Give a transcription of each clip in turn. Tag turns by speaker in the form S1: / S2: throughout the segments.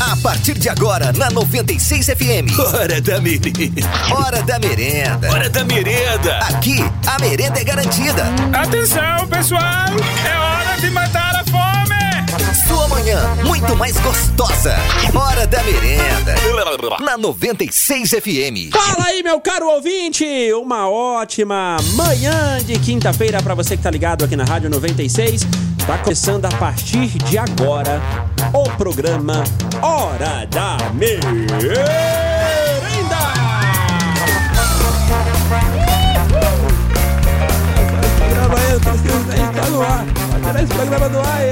S1: A partir de agora, na 96 FM.
S2: Hora da merenda.
S1: Hora da merenda.
S2: Hora da merenda.
S1: Aqui, a merenda é garantida.
S3: Atenção, pessoal! É hora de matar a fome!
S1: Sua manhã, muito mais gostosa. Hora da merenda. Na 96 FM.
S4: Fala aí, meu caro ouvinte! Uma ótima manhã de quinta-feira pra você que tá ligado aqui na Rádio 96. Tá começando a partir de agora o programa Hora da Merenda! programa aí, tá, tá no ar. Tirar esse programa do ar aí.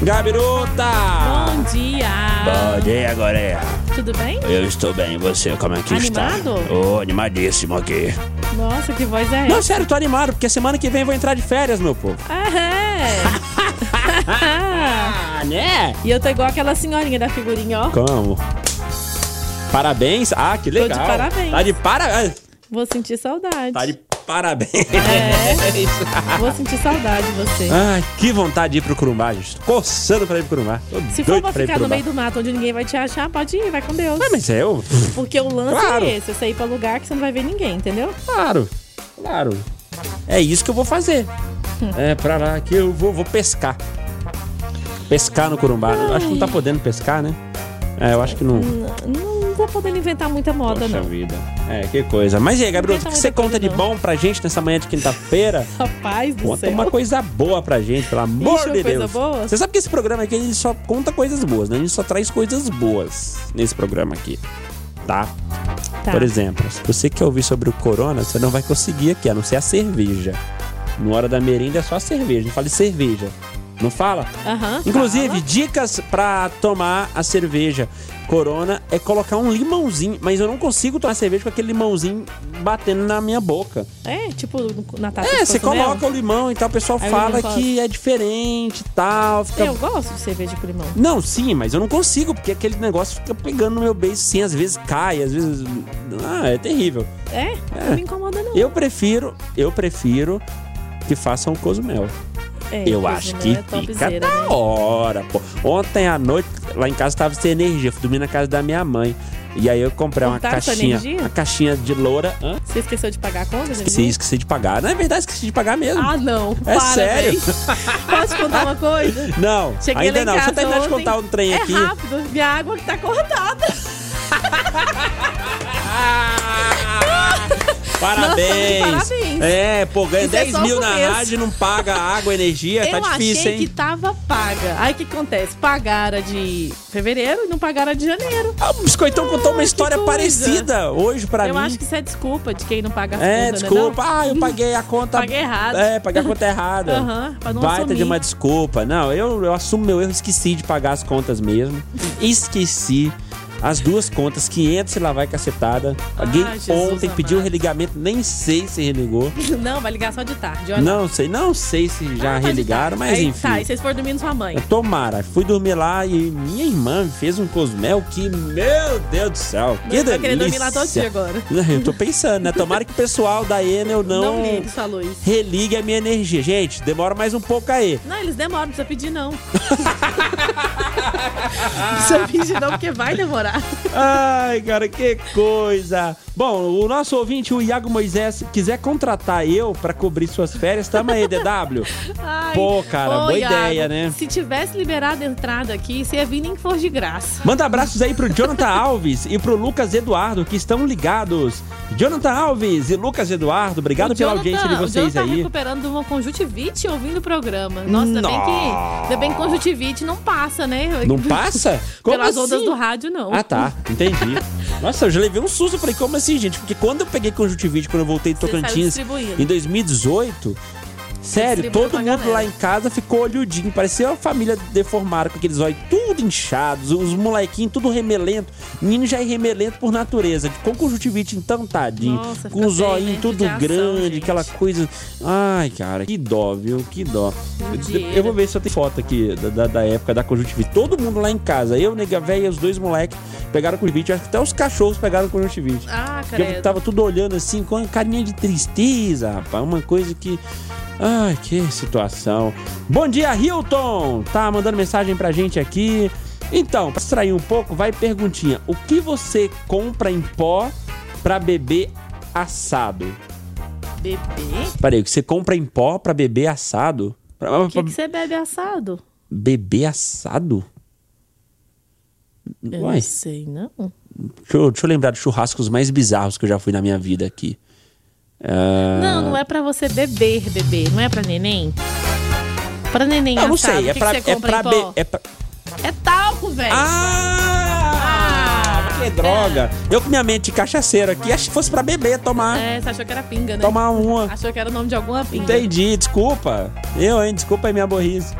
S4: Gabirota!
S5: Bom dia!
S4: dia, Goreia.
S5: Tudo bem?
S4: Eu estou bem, e você? Como é que está?
S5: Animado?
S4: Oh, animadíssimo aqui.
S5: Nossa, que voz é
S4: Não,
S5: essa?
S4: sério, tô animado, porque semana que vem eu vou entrar de férias, meu povo.
S5: Ah, é.
S4: Ah, né?
S5: e eu tô igual aquela senhorinha da figurinha, ó.
S4: Como? Parabéns. Ah, que legal.
S5: de parabéns.
S4: Tá de parabéns.
S5: Vou sentir saudade.
S4: Tá de né? parabéns.
S5: É. Vou sentir saudade de você.
S4: Ai, que vontade de ir pro Curumbá, gente. Tô coçando pra ir pro Curumbá. Tô
S5: Se for
S4: doido
S5: pra
S4: pra ir
S5: ficar
S4: pro Curumbá.
S5: no meio do mato onde ninguém vai te achar, pode ir, vai com Deus.
S4: Ah, mas eu?
S5: Porque o lance
S4: Claro.
S5: é esse, é sair pra lugar que você não vai ver ninguém, entendeu?
S4: Claro, claro. É isso que eu vou fazer. É pra lá que eu vou, vou pescar. Pescar no Curumbá. Eu Acho que não tá podendo pescar, né? É, eu acho que não.
S5: N- Não vou podendo inventar muita moda,
S4: Poxa
S5: não.
S4: vida. É, que coisa. Mas e aí, Gabriel, o
S5: Não
S4: que
S5: inventa
S4: você
S5: muita
S4: conta de
S5: coisa,
S4: bom pra gente nessa manhã de quinta-feira?
S5: Rapaz do
S4: Conta
S5: céu.
S4: uma coisa boa pra gente, pelo amor
S5: Ixi, uma
S4: de
S5: coisa
S4: Deus.
S5: boa?
S4: Você sabe que esse programa aqui, ele só conta coisas boas, né? A gente só traz coisas boas nesse programa aqui, tá?
S5: Tá.
S4: Por exemplo, se você quer ouvir sobre o corona, você não vai conseguir aqui, a não ser a cerveja. No Hora da Merenda é só a cerveja, não fale cerveja. Não fala?
S5: Aham, tá.
S4: Inclusive,
S5: fala.
S4: dicas pra tomar a cerveja corona é colocar um limãozinho, mas eu não consigo tomar cerveja com aquele limãozinho batendo na minha boca.
S5: É, tipo, no- na taça
S4: É,
S5: de
S4: você
S5: cogumelo.
S4: coloca o limão e tal, o pessoal
S5: Aí o
S4: fala
S5: limão
S4: que é diferente e tal. Fica...
S5: Eu gosto de cerveja com limão.
S4: Não, sim, mas eu não consigo, porque aquele negócio fica pegando no meu beijo sim, às vezes cai, às vezes. Ah, é terrível.
S5: É? Não me incomoda, não.
S4: Eu prefiro, eu prefiro que façam um cozumel.
S5: É,
S4: eu
S5: cozumel
S4: acho que
S5: é
S4: fica
S5: topzera,
S4: da
S5: né?
S4: hora, pô. Ontem à noite, lá em casa tava sem energia, fui dormir na casa da minha mãe. E aí eu comprei uma
S5: Cortaram sua
S4: caixinha,
S5: energia?
S4: uma caixinha de loura. Hã?
S5: Você esqueceu de pagar a conta? Janine?
S4: Esqueci, esqueci de pagar. Na verdade, esqueci de pagar mesmo.
S5: Ah, não.
S4: É
S5: para,
S4: sério?
S5: véi. Posso te contar uma coisa?
S4: Não,
S5: Cheguei
S4: ainda
S5: lá
S4: não.
S5: em
S4: Deixa
S5: casa
S4: eu terminar de
S5: ontem.
S4: contar um trem
S5: é
S4: aqui.
S5: rápido. Minha água que tá cortada.
S4: Ah! Parabéns.
S5: Nossa, parabéns.
S4: É, pô, ganha
S5: Isso é
S4: 10
S5: só
S4: mil
S5: o
S4: na
S5: começo.
S4: rádio, não paga água, energia.
S5: eu
S4: tá difícil,
S5: achei
S4: hein?
S5: que tava paga. Aí o que acontece? Pagaram a de fevereiro e não pagaram a de janeiro.
S4: Ah, o Biscoitão contou uma
S5: que
S4: história
S5: coisa.
S4: parecida hoje pra
S5: eu
S4: mim.
S5: acho que isso é desculpa de quem não paga as
S4: É,
S5: contas,
S4: desculpa.
S5: Né,
S4: Ah, eu paguei a conta.
S5: Paguei errado.
S4: É, paguei a conta errada.
S5: Aham, pra não
S4: Baita
S5: assumir.
S4: de uma desculpa. Não, eu, eu assumo meu erro, esqueci de pagar as contas mesmo. esqueci. As duas contas, 500 e lá vai cacetada. Alguém
S5: Ah, Jesus
S4: ontem pediu
S5: amado.
S4: religamento, nem sei se religou.
S5: não? Não, vai ligar só de tarde. olha.
S4: Não sei, não sei se já
S5: Ah, tá de
S4: religaram,
S5: tarde.
S4: mas
S5: Aí,
S4: enfim.
S5: Tá, e vocês foram dormir na sua mãe.
S4: Tomara, fui dormir lá e minha irmã fez um cosmel que, meu Deus do céu, que
S5: Vai querer dormir lá todo dia
S4: delícia.
S5: agora.
S4: Eu tô pensando, né? Tomara que o pessoal da Enel não,
S5: Não ligue sua luz.
S4: religue a minha energia. Gente, demora mais um pouco aí.
S5: Não, eles demoram, não precisa pedir não. não precisa pedir não, porque vai demorar.
S4: Ai, cara, que coisa. Bom, o nosso ouvinte, o Iago Moisés, quiser contratar eu pra cobrir suas férias, tamo aí, DW.
S5: Ai,
S4: Pô, cara,
S5: ô,
S4: boa
S5: Iago,
S4: ideia, né?
S5: Se tivesse liberado a entrada aqui, você ia vir nem que for de graça.
S4: Manda abraços aí pro Jonathan Alves e pro Lucas Eduardo, que estão ligados. Jonathan Alves e Lucas Eduardo, obrigado
S5: O
S4: pela
S5: Jonathan-
S4: audiência de
S5: o
S4: vocês
S5: Jonathan tá
S4: aí.
S5: recuperando de uma conjuntivite ouvindo o programa. Nossa, ainda bem que, ainda bem que conjuntivite não passa, né?
S4: Não passa? Como
S5: Pelas
S4: assim?
S5: ondas do rádio, não.
S4: Ah, tá. Entendi. Nossa, eu já levei um susto. Eu falei, como assim, gente? Porque quando eu peguei conjuntivite, quando eu voltei de
S5: Você saiu
S4: Tocantins
S5: distribuindo.
S4: em 2018... Sério,
S5: Distribuiu
S4: todo
S5: pra
S4: mundo
S5: galera.
S4: lá em casa ficou olhudinho. Parecia uma família deformada, com aqueles olhos tudo inchados, os molequinhos tudo remelento. Menino já é remelento por natureza. Com conjuntivite, então, tadinho.
S5: Nossa,
S4: com os
S5: fica bem,
S4: olhinhos
S5: né?
S4: tudo
S5: Judiação,
S4: grande,
S5: gente.
S4: aquela coisa. Ai, cara, que dó, viu? Que dó. Eu,
S5: Judiaram.
S4: eu vou ver se eu tenho foto aqui da, da- da época da conjuntivite. Todo mundo lá em casa, eu, nega velha, os dois moleques pegaram conjuntivite. Acho que até os cachorros pegaram conjuntivite.
S5: Ah,
S4: Porque
S5: credo.
S4: eu tava tudo olhando assim, com uma carinha de tristeza, rapaz. Uma coisa que. Ai, que situação. Bom dia, Hilton! Tá mandando mensagem pra gente aqui. Então, pra distrair um pouco, vai perguntinha. O que você compra em pó pra beber assado?
S5: Bebê?
S4: Peraí, o que você compra em pó pra beber assado? Pra,
S5: O que, que você bebe assado?
S4: Beber assado?
S5: Eu
S4: Uai,
S5: não
S4: deixa
S5: sei, não.
S4: eu, deixa eu lembrar dos churrascos mais bizarros que eu já fui na minha vida aqui.
S5: Não,
S4: Ah.
S5: não é pra você beber, bebê. Não é pra neném? Pra neném
S4: Não, não
S5: assado,
S4: sei,
S5: o
S4: é
S5: que
S4: pra.
S5: que você
S4: é
S5: compra
S4: pra
S5: em pó?
S4: be- é pra-
S5: É talco, velho.
S4: Ah! Que droga! Eu com minha mente de cachaceiro aqui, achei que fosse pra beber, tomar.
S5: É, você achou que era pinga, né?
S4: Tomar uma.
S5: Achou que era o nome de alguma pinga.
S4: Entendi, desculpa. Eu, hein? Desculpa aí minha burrice.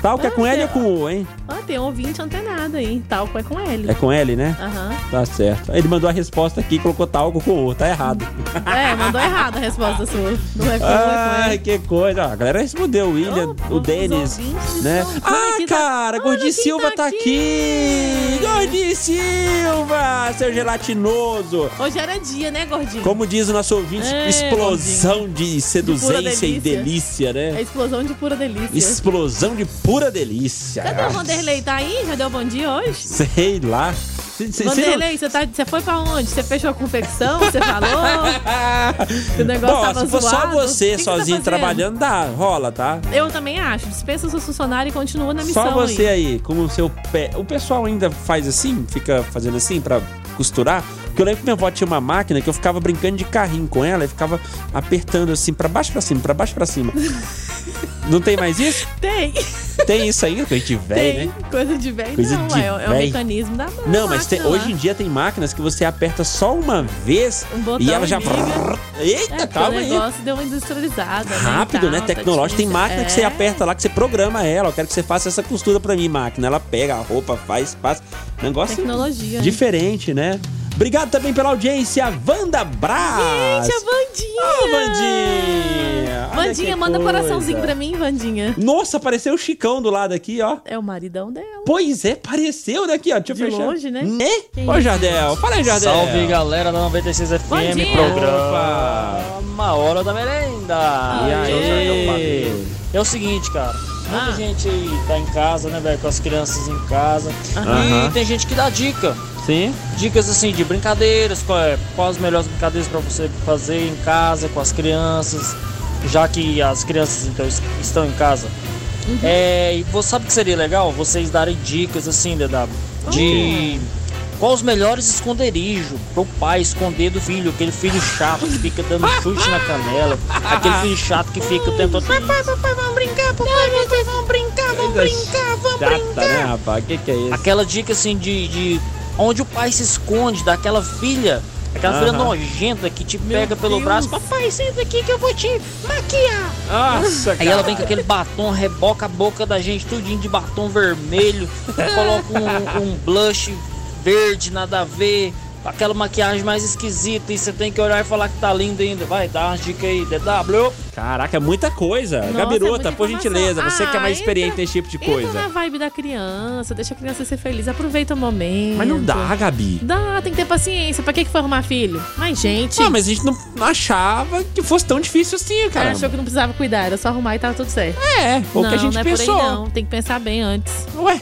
S4: Talco é com L ou com U, hein?
S5: Ah, tem um ouvinte antenado aí. Talco é com L.
S4: É com L, né?
S5: Aham.
S4: Tá certo. Ele mandou a resposta aqui, colocou talco com U, tá errado.
S5: É, mandou errado a resposta sua. Não é com é com
S4: Ai,
S5: L.
S4: que coisa. Ah, A galera respondeu, o William,
S5: Oh,
S4: o
S5: os
S4: Denis,
S5: ouvintes
S4: né?
S5: estão-
S4: Ah,
S5: Olha quem tá-
S4: cara,
S5: Olha
S4: Gordi
S5: quem
S4: Silva tá aqui! Gordi Silva, seu gelatinoso!
S5: Hoje era dia, né, gordinho?
S4: Como diz o nosso ouvinte,
S5: É,
S4: explosão de seduzência
S5: De pura
S4: e delícia,
S5: É
S4: né?
S5: explosão de pura delícia.
S4: Explosão de pura delícia. Ah,
S5: Cadê o Vanderlei? Tá aí? Já deu bom dia hoje?
S4: Sei lá. Se- se- se não-
S5: Vanderlei, você, tá, você foi pra onde? Você fechou a confecção? Você falou? Que o negócio
S4: Ah. Bom,
S5: tava
S4: se for só
S5: zoado? O
S4: você
S5: que que tá
S4: sozinho
S5: fazendo?
S4: trabalhando, dá, rola, tá?
S5: Eu também acho. Dispensa seu funcionário e continua na missão
S4: Só você
S5: aí.
S4: aí, com o seu pé. O pessoal ainda faz assim, fica fazendo assim pra costurar. Porque eu lembro que minha avó tinha uma máquina que eu ficava brincando de carrinho com ela e ficava apertando assim, pra baixo pra cima, pra baixo pra cima. Não tem mais isso?
S5: Tem,
S4: Tem isso ainda, que a gente
S5: tem.
S4: velho, né?
S5: Coisa de velho
S4: Coisa
S5: não,
S4: de
S5: é, é o
S4: véi.
S5: mecanismo da mão.
S4: Não, mas tem- hoje em dia tem máquinas que você aperta só uma vez
S5: Um botão
S4: e ela já.
S5: e liga.
S4: Eita,
S5: É, porque
S4: calma
S5: o
S4: aí.
S5: negócio deu uma industrializada. né, e
S4: Rápido,
S5: tal,
S4: né?
S5: tá
S4: Tecnológico. Tem
S5: difícil.
S4: máquina que você
S5: É.
S4: aperta lá, que você programa ela. Eu quero que você faça essa costura pra mim, máquina. Ela pega a roupa, faz, faz. Negócio
S5: Tecnologia, né?
S4: diferente, né? Obrigado também pela audiência, Wanda Braz.
S5: Gente, a Vandinha!
S4: Ô, Vandinha! Olha que
S5: Vandinha, manda um
S4: coisa.
S5: coraçãozinho pra mim, Vandinha.
S4: Nossa, apareceu o Chicão do lado aqui, ó.
S5: É o maridão dela.
S4: Pois é, apareceu daqui, ó. Deixa eu
S5: De
S4: fechar.
S5: longe, né? Que
S4: Ô,
S5: isso.
S4: Jardel. Fala aí, Jardel.
S6: Salve galera da 96
S5: Bom
S6: FM,
S5: dia.
S6: programa Uma Hora da Merenda.
S4: E
S6: Aqui é o Jardel
S4: aí?
S6: Padeiro. É o seguinte, cara. Muita
S5: Ah.
S6: gente aí tá em casa, né, velho? Com as crianças em casa.
S4: Aham.
S6: E tem gente que dá dica.
S4: Sim?
S6: Dicas assim de brincadeiras, qual é- quais as melhores brincadeiras pra você fazer em casa com as crianças, já que as crianças então es- estão em casa.
S5: Uhum.
S6: É, e você sabe que seria legal vocês darem dicas assim, DW, de quais os melhores esconderijos pro pai esconder do filho, aquele filho chato que fica dando chute na canela, aquele filho chato que fica o tempo todo.
S4: Vamos brincar, vamos brincar. né, rapaz? Que que é isso?
S6: Aquela dica assim de, de onde o pai se esconde daquela filha. Aquela filha
S4: Aham.
S6: nojenta que te pega pelo
S5: Deus.
S6: braço. Papai, senta aqui que eu vou te maquiar.
S4: Nossa,
S6: Aí ela vem com aquele batom, reboca a boca da gente, tudinho de batom vermelho. coloca um, um blush verde, nada a ver. Aquela maquiagem mais esquisita. E você tem que olhar e falar que tá lindo ainda. Vai, dá uma dica aí, DW.
S4: Caraca, é muita coisa.
S5: Nossa,
S4: Gabirota,
S5: é muita
S4: por
S5: informação.
S4: gentileza, você que é mais
S5: Ah,
S4: experiente
S5: entra-
S4: nesse tipo de
S5: Entra Então, na
S4: coisa.
S5: vibe da criança, deixa a criança ser feliz, aproveita o momento.
S4: Mas não dá, Gabi.
S5: Dá, tem que ter paciência. Pra que que formar filho? Mas, gente,
S4: Ah, mas a gente não não achava que fosse tão difícil assim,
S5: ela
S4: cara.
S5: achou que não precisava cuidar, era só arrumar e tava tudo certo.
S4: É, ou
S5: não,
S4: que a gente
S5: não é
S4: pensou.
S5: por aí não, tem que pensar bem antes.
S4: Ué.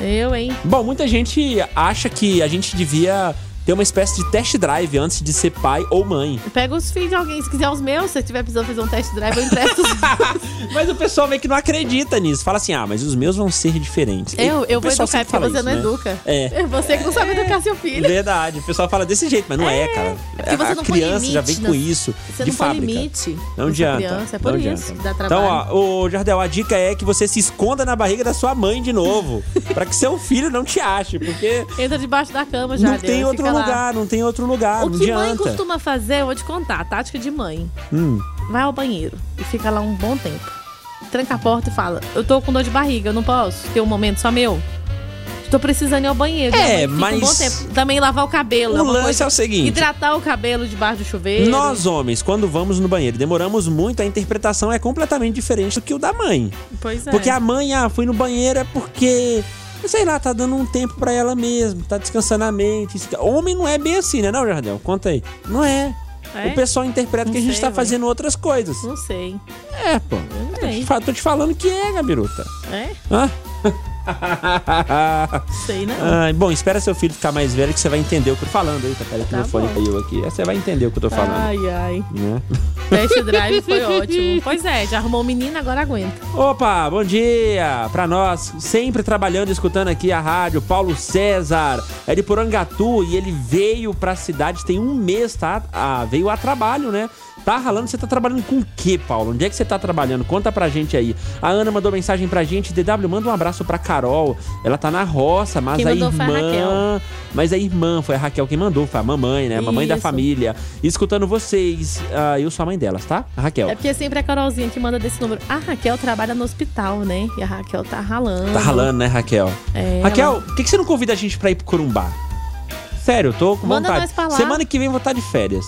S5: Eu, hein?
S4: Bom, muita gente acha que a gente devia ter uma espécie de test drive antes de ser pai ou mãe.
S5: Pega os filhos de alguém, se quiser os meus, se tiver precisando fazer um test drive, eu empresto os
S4: Mas o pessoal meio que não acredita nisso. Fala assim, ah, mas os meus vão ser diferentes.
S5: Eu,
S4: O
S5: eu vou
S4: pessoal
S5: educar, é
S4: sempre
S5: porque
S4: fala
S5: você
S4: isso,
S5: não
S4: né?
S5: educa.
S4: É.
S5: É você que não sabe educar seu filho.
S4: Verdade, o pessoal fala desse jeito, mas não é, cara.
S5: porque você
S4: a
S5: não põe
S4: criança já
S5: limite
S4: vem
S5: na-
S4: com isso
S5: Você
S4: de
S5: não põe
S4: fábrica.
S5: limite.
S4: Não
S5: nessa
S4: adianta.
S5: Criança. É
S4: não
S5: por isso
S4: adianta.
S5: que dá trabalho.
S4: Então, ó, ô, Jardel, a dica é que você se esconda na barriga da sua mãe de novo. pra que seu filho não te ache, porque
S5: Entra debaixo da cama já,
S4: não
S5: Deus,
S4: tem
S5: fica
S4: outro
S5: lá.
S4: lugar, não tem outro lugar,
S5: O
S4: Ah, não
S5: que mãe
S4: adianta.
S5: costuma fazer, eu vou te contar, a tática de mãe.
S4: Hum.
S5: Vai ao banheiro e fica lá um bom tempo. Tranca a porta e fala, eu tô com dor de barriga, eu não posso ter um momento só meu. Tô precisando ir ao banheiro.
S4: É,
S5: Minha mãe fica
S4: mas-
S5: Um bom tempo. Também lavar o cabelo. é
S4: O
S5: uma
S4: lance
S5: coisa-
S4: é o seguinte.
S5: Hidratar o cabelo debaixo do chuveiro.
S4: Nós, homens, quando vamos no banheiro e demoramos muito, a interpretação é completamente diferente do que o da mãe.
S5: Pois é.
S4: Porque a mãe, ah, fui no banheiro é porque, sei lá, tá dando um tempo pra ela mesmo, tá descansando a mente. Isso que- Homem não é bem assim, né, não, Jardel? Conta aí. Não é.
S5: É?
S4: O pessoal interpreta
S5: Não
S4: que a gente
S5: sei, Hum.
S4: tá
S5: ué.
S4: fazendo outras coisas.
S5: Não sei.
S4: É, pô.
S5: Não
S4: Tô te,
S5: sei.
S4: fa- tô te falando que é, Gabiruta.
S5: É?
S4: Hã?
S5: Sei, né?
S4: Ai, bom, espera seu filho ficar mais velho que você vai entender o que eu tô falando. Eita, peraí que
S5: Tá
S4: meu fone
S5: bom. Tá.
S4: caiu aqui. É, Você vai entender o que eu tô falando.
S5: Ai, ai.
S4: né?
S5: Test drive foi ótimo. Pois é, já arrumou o menino, agora aguenta.
S4: Então. Opa, bom dia pra nós, sempre trabalhando e escutando aqui a rádio, Paulo César, é de Porangatu e ele veio pra cidade tem um mês, tá? Ah, veio a trabalho, né? Tá ralando, você tá trabalhando com o quê, Paulo? Onde é que você tá trabalhando? Conta pra gente aí. A Ana mandou mensagem pra gente, DW, manda um abraço pra Carol, ela tá na roça, mas
S5: Quem
S4: a
S5: mandou foi a
S4: irmã...
S5: Raquel.
S4: mas a irmã, foi a Raquel quem mandou, foi a mamãe, né? A mamãe da
S5: Isso.
S4: família. Escutando vocês, ah, eu sou a mãe delas, tá? A Raquel.
S5: É porque sempre é a Carolzinha que manda desse número. A Raquel trabalha no hospital, né? E a Raquel tá ralando.
S4: Tá ralando, né, Raquel?
S5: É,
S4: Raquel, por que, que você não convida a gente pra ir pro Corumbá? Sério, eu tô com
S5: Manda
S4: vontade.
S5: nós pra lá.
S4: Semana que vem eu vou estar de férias.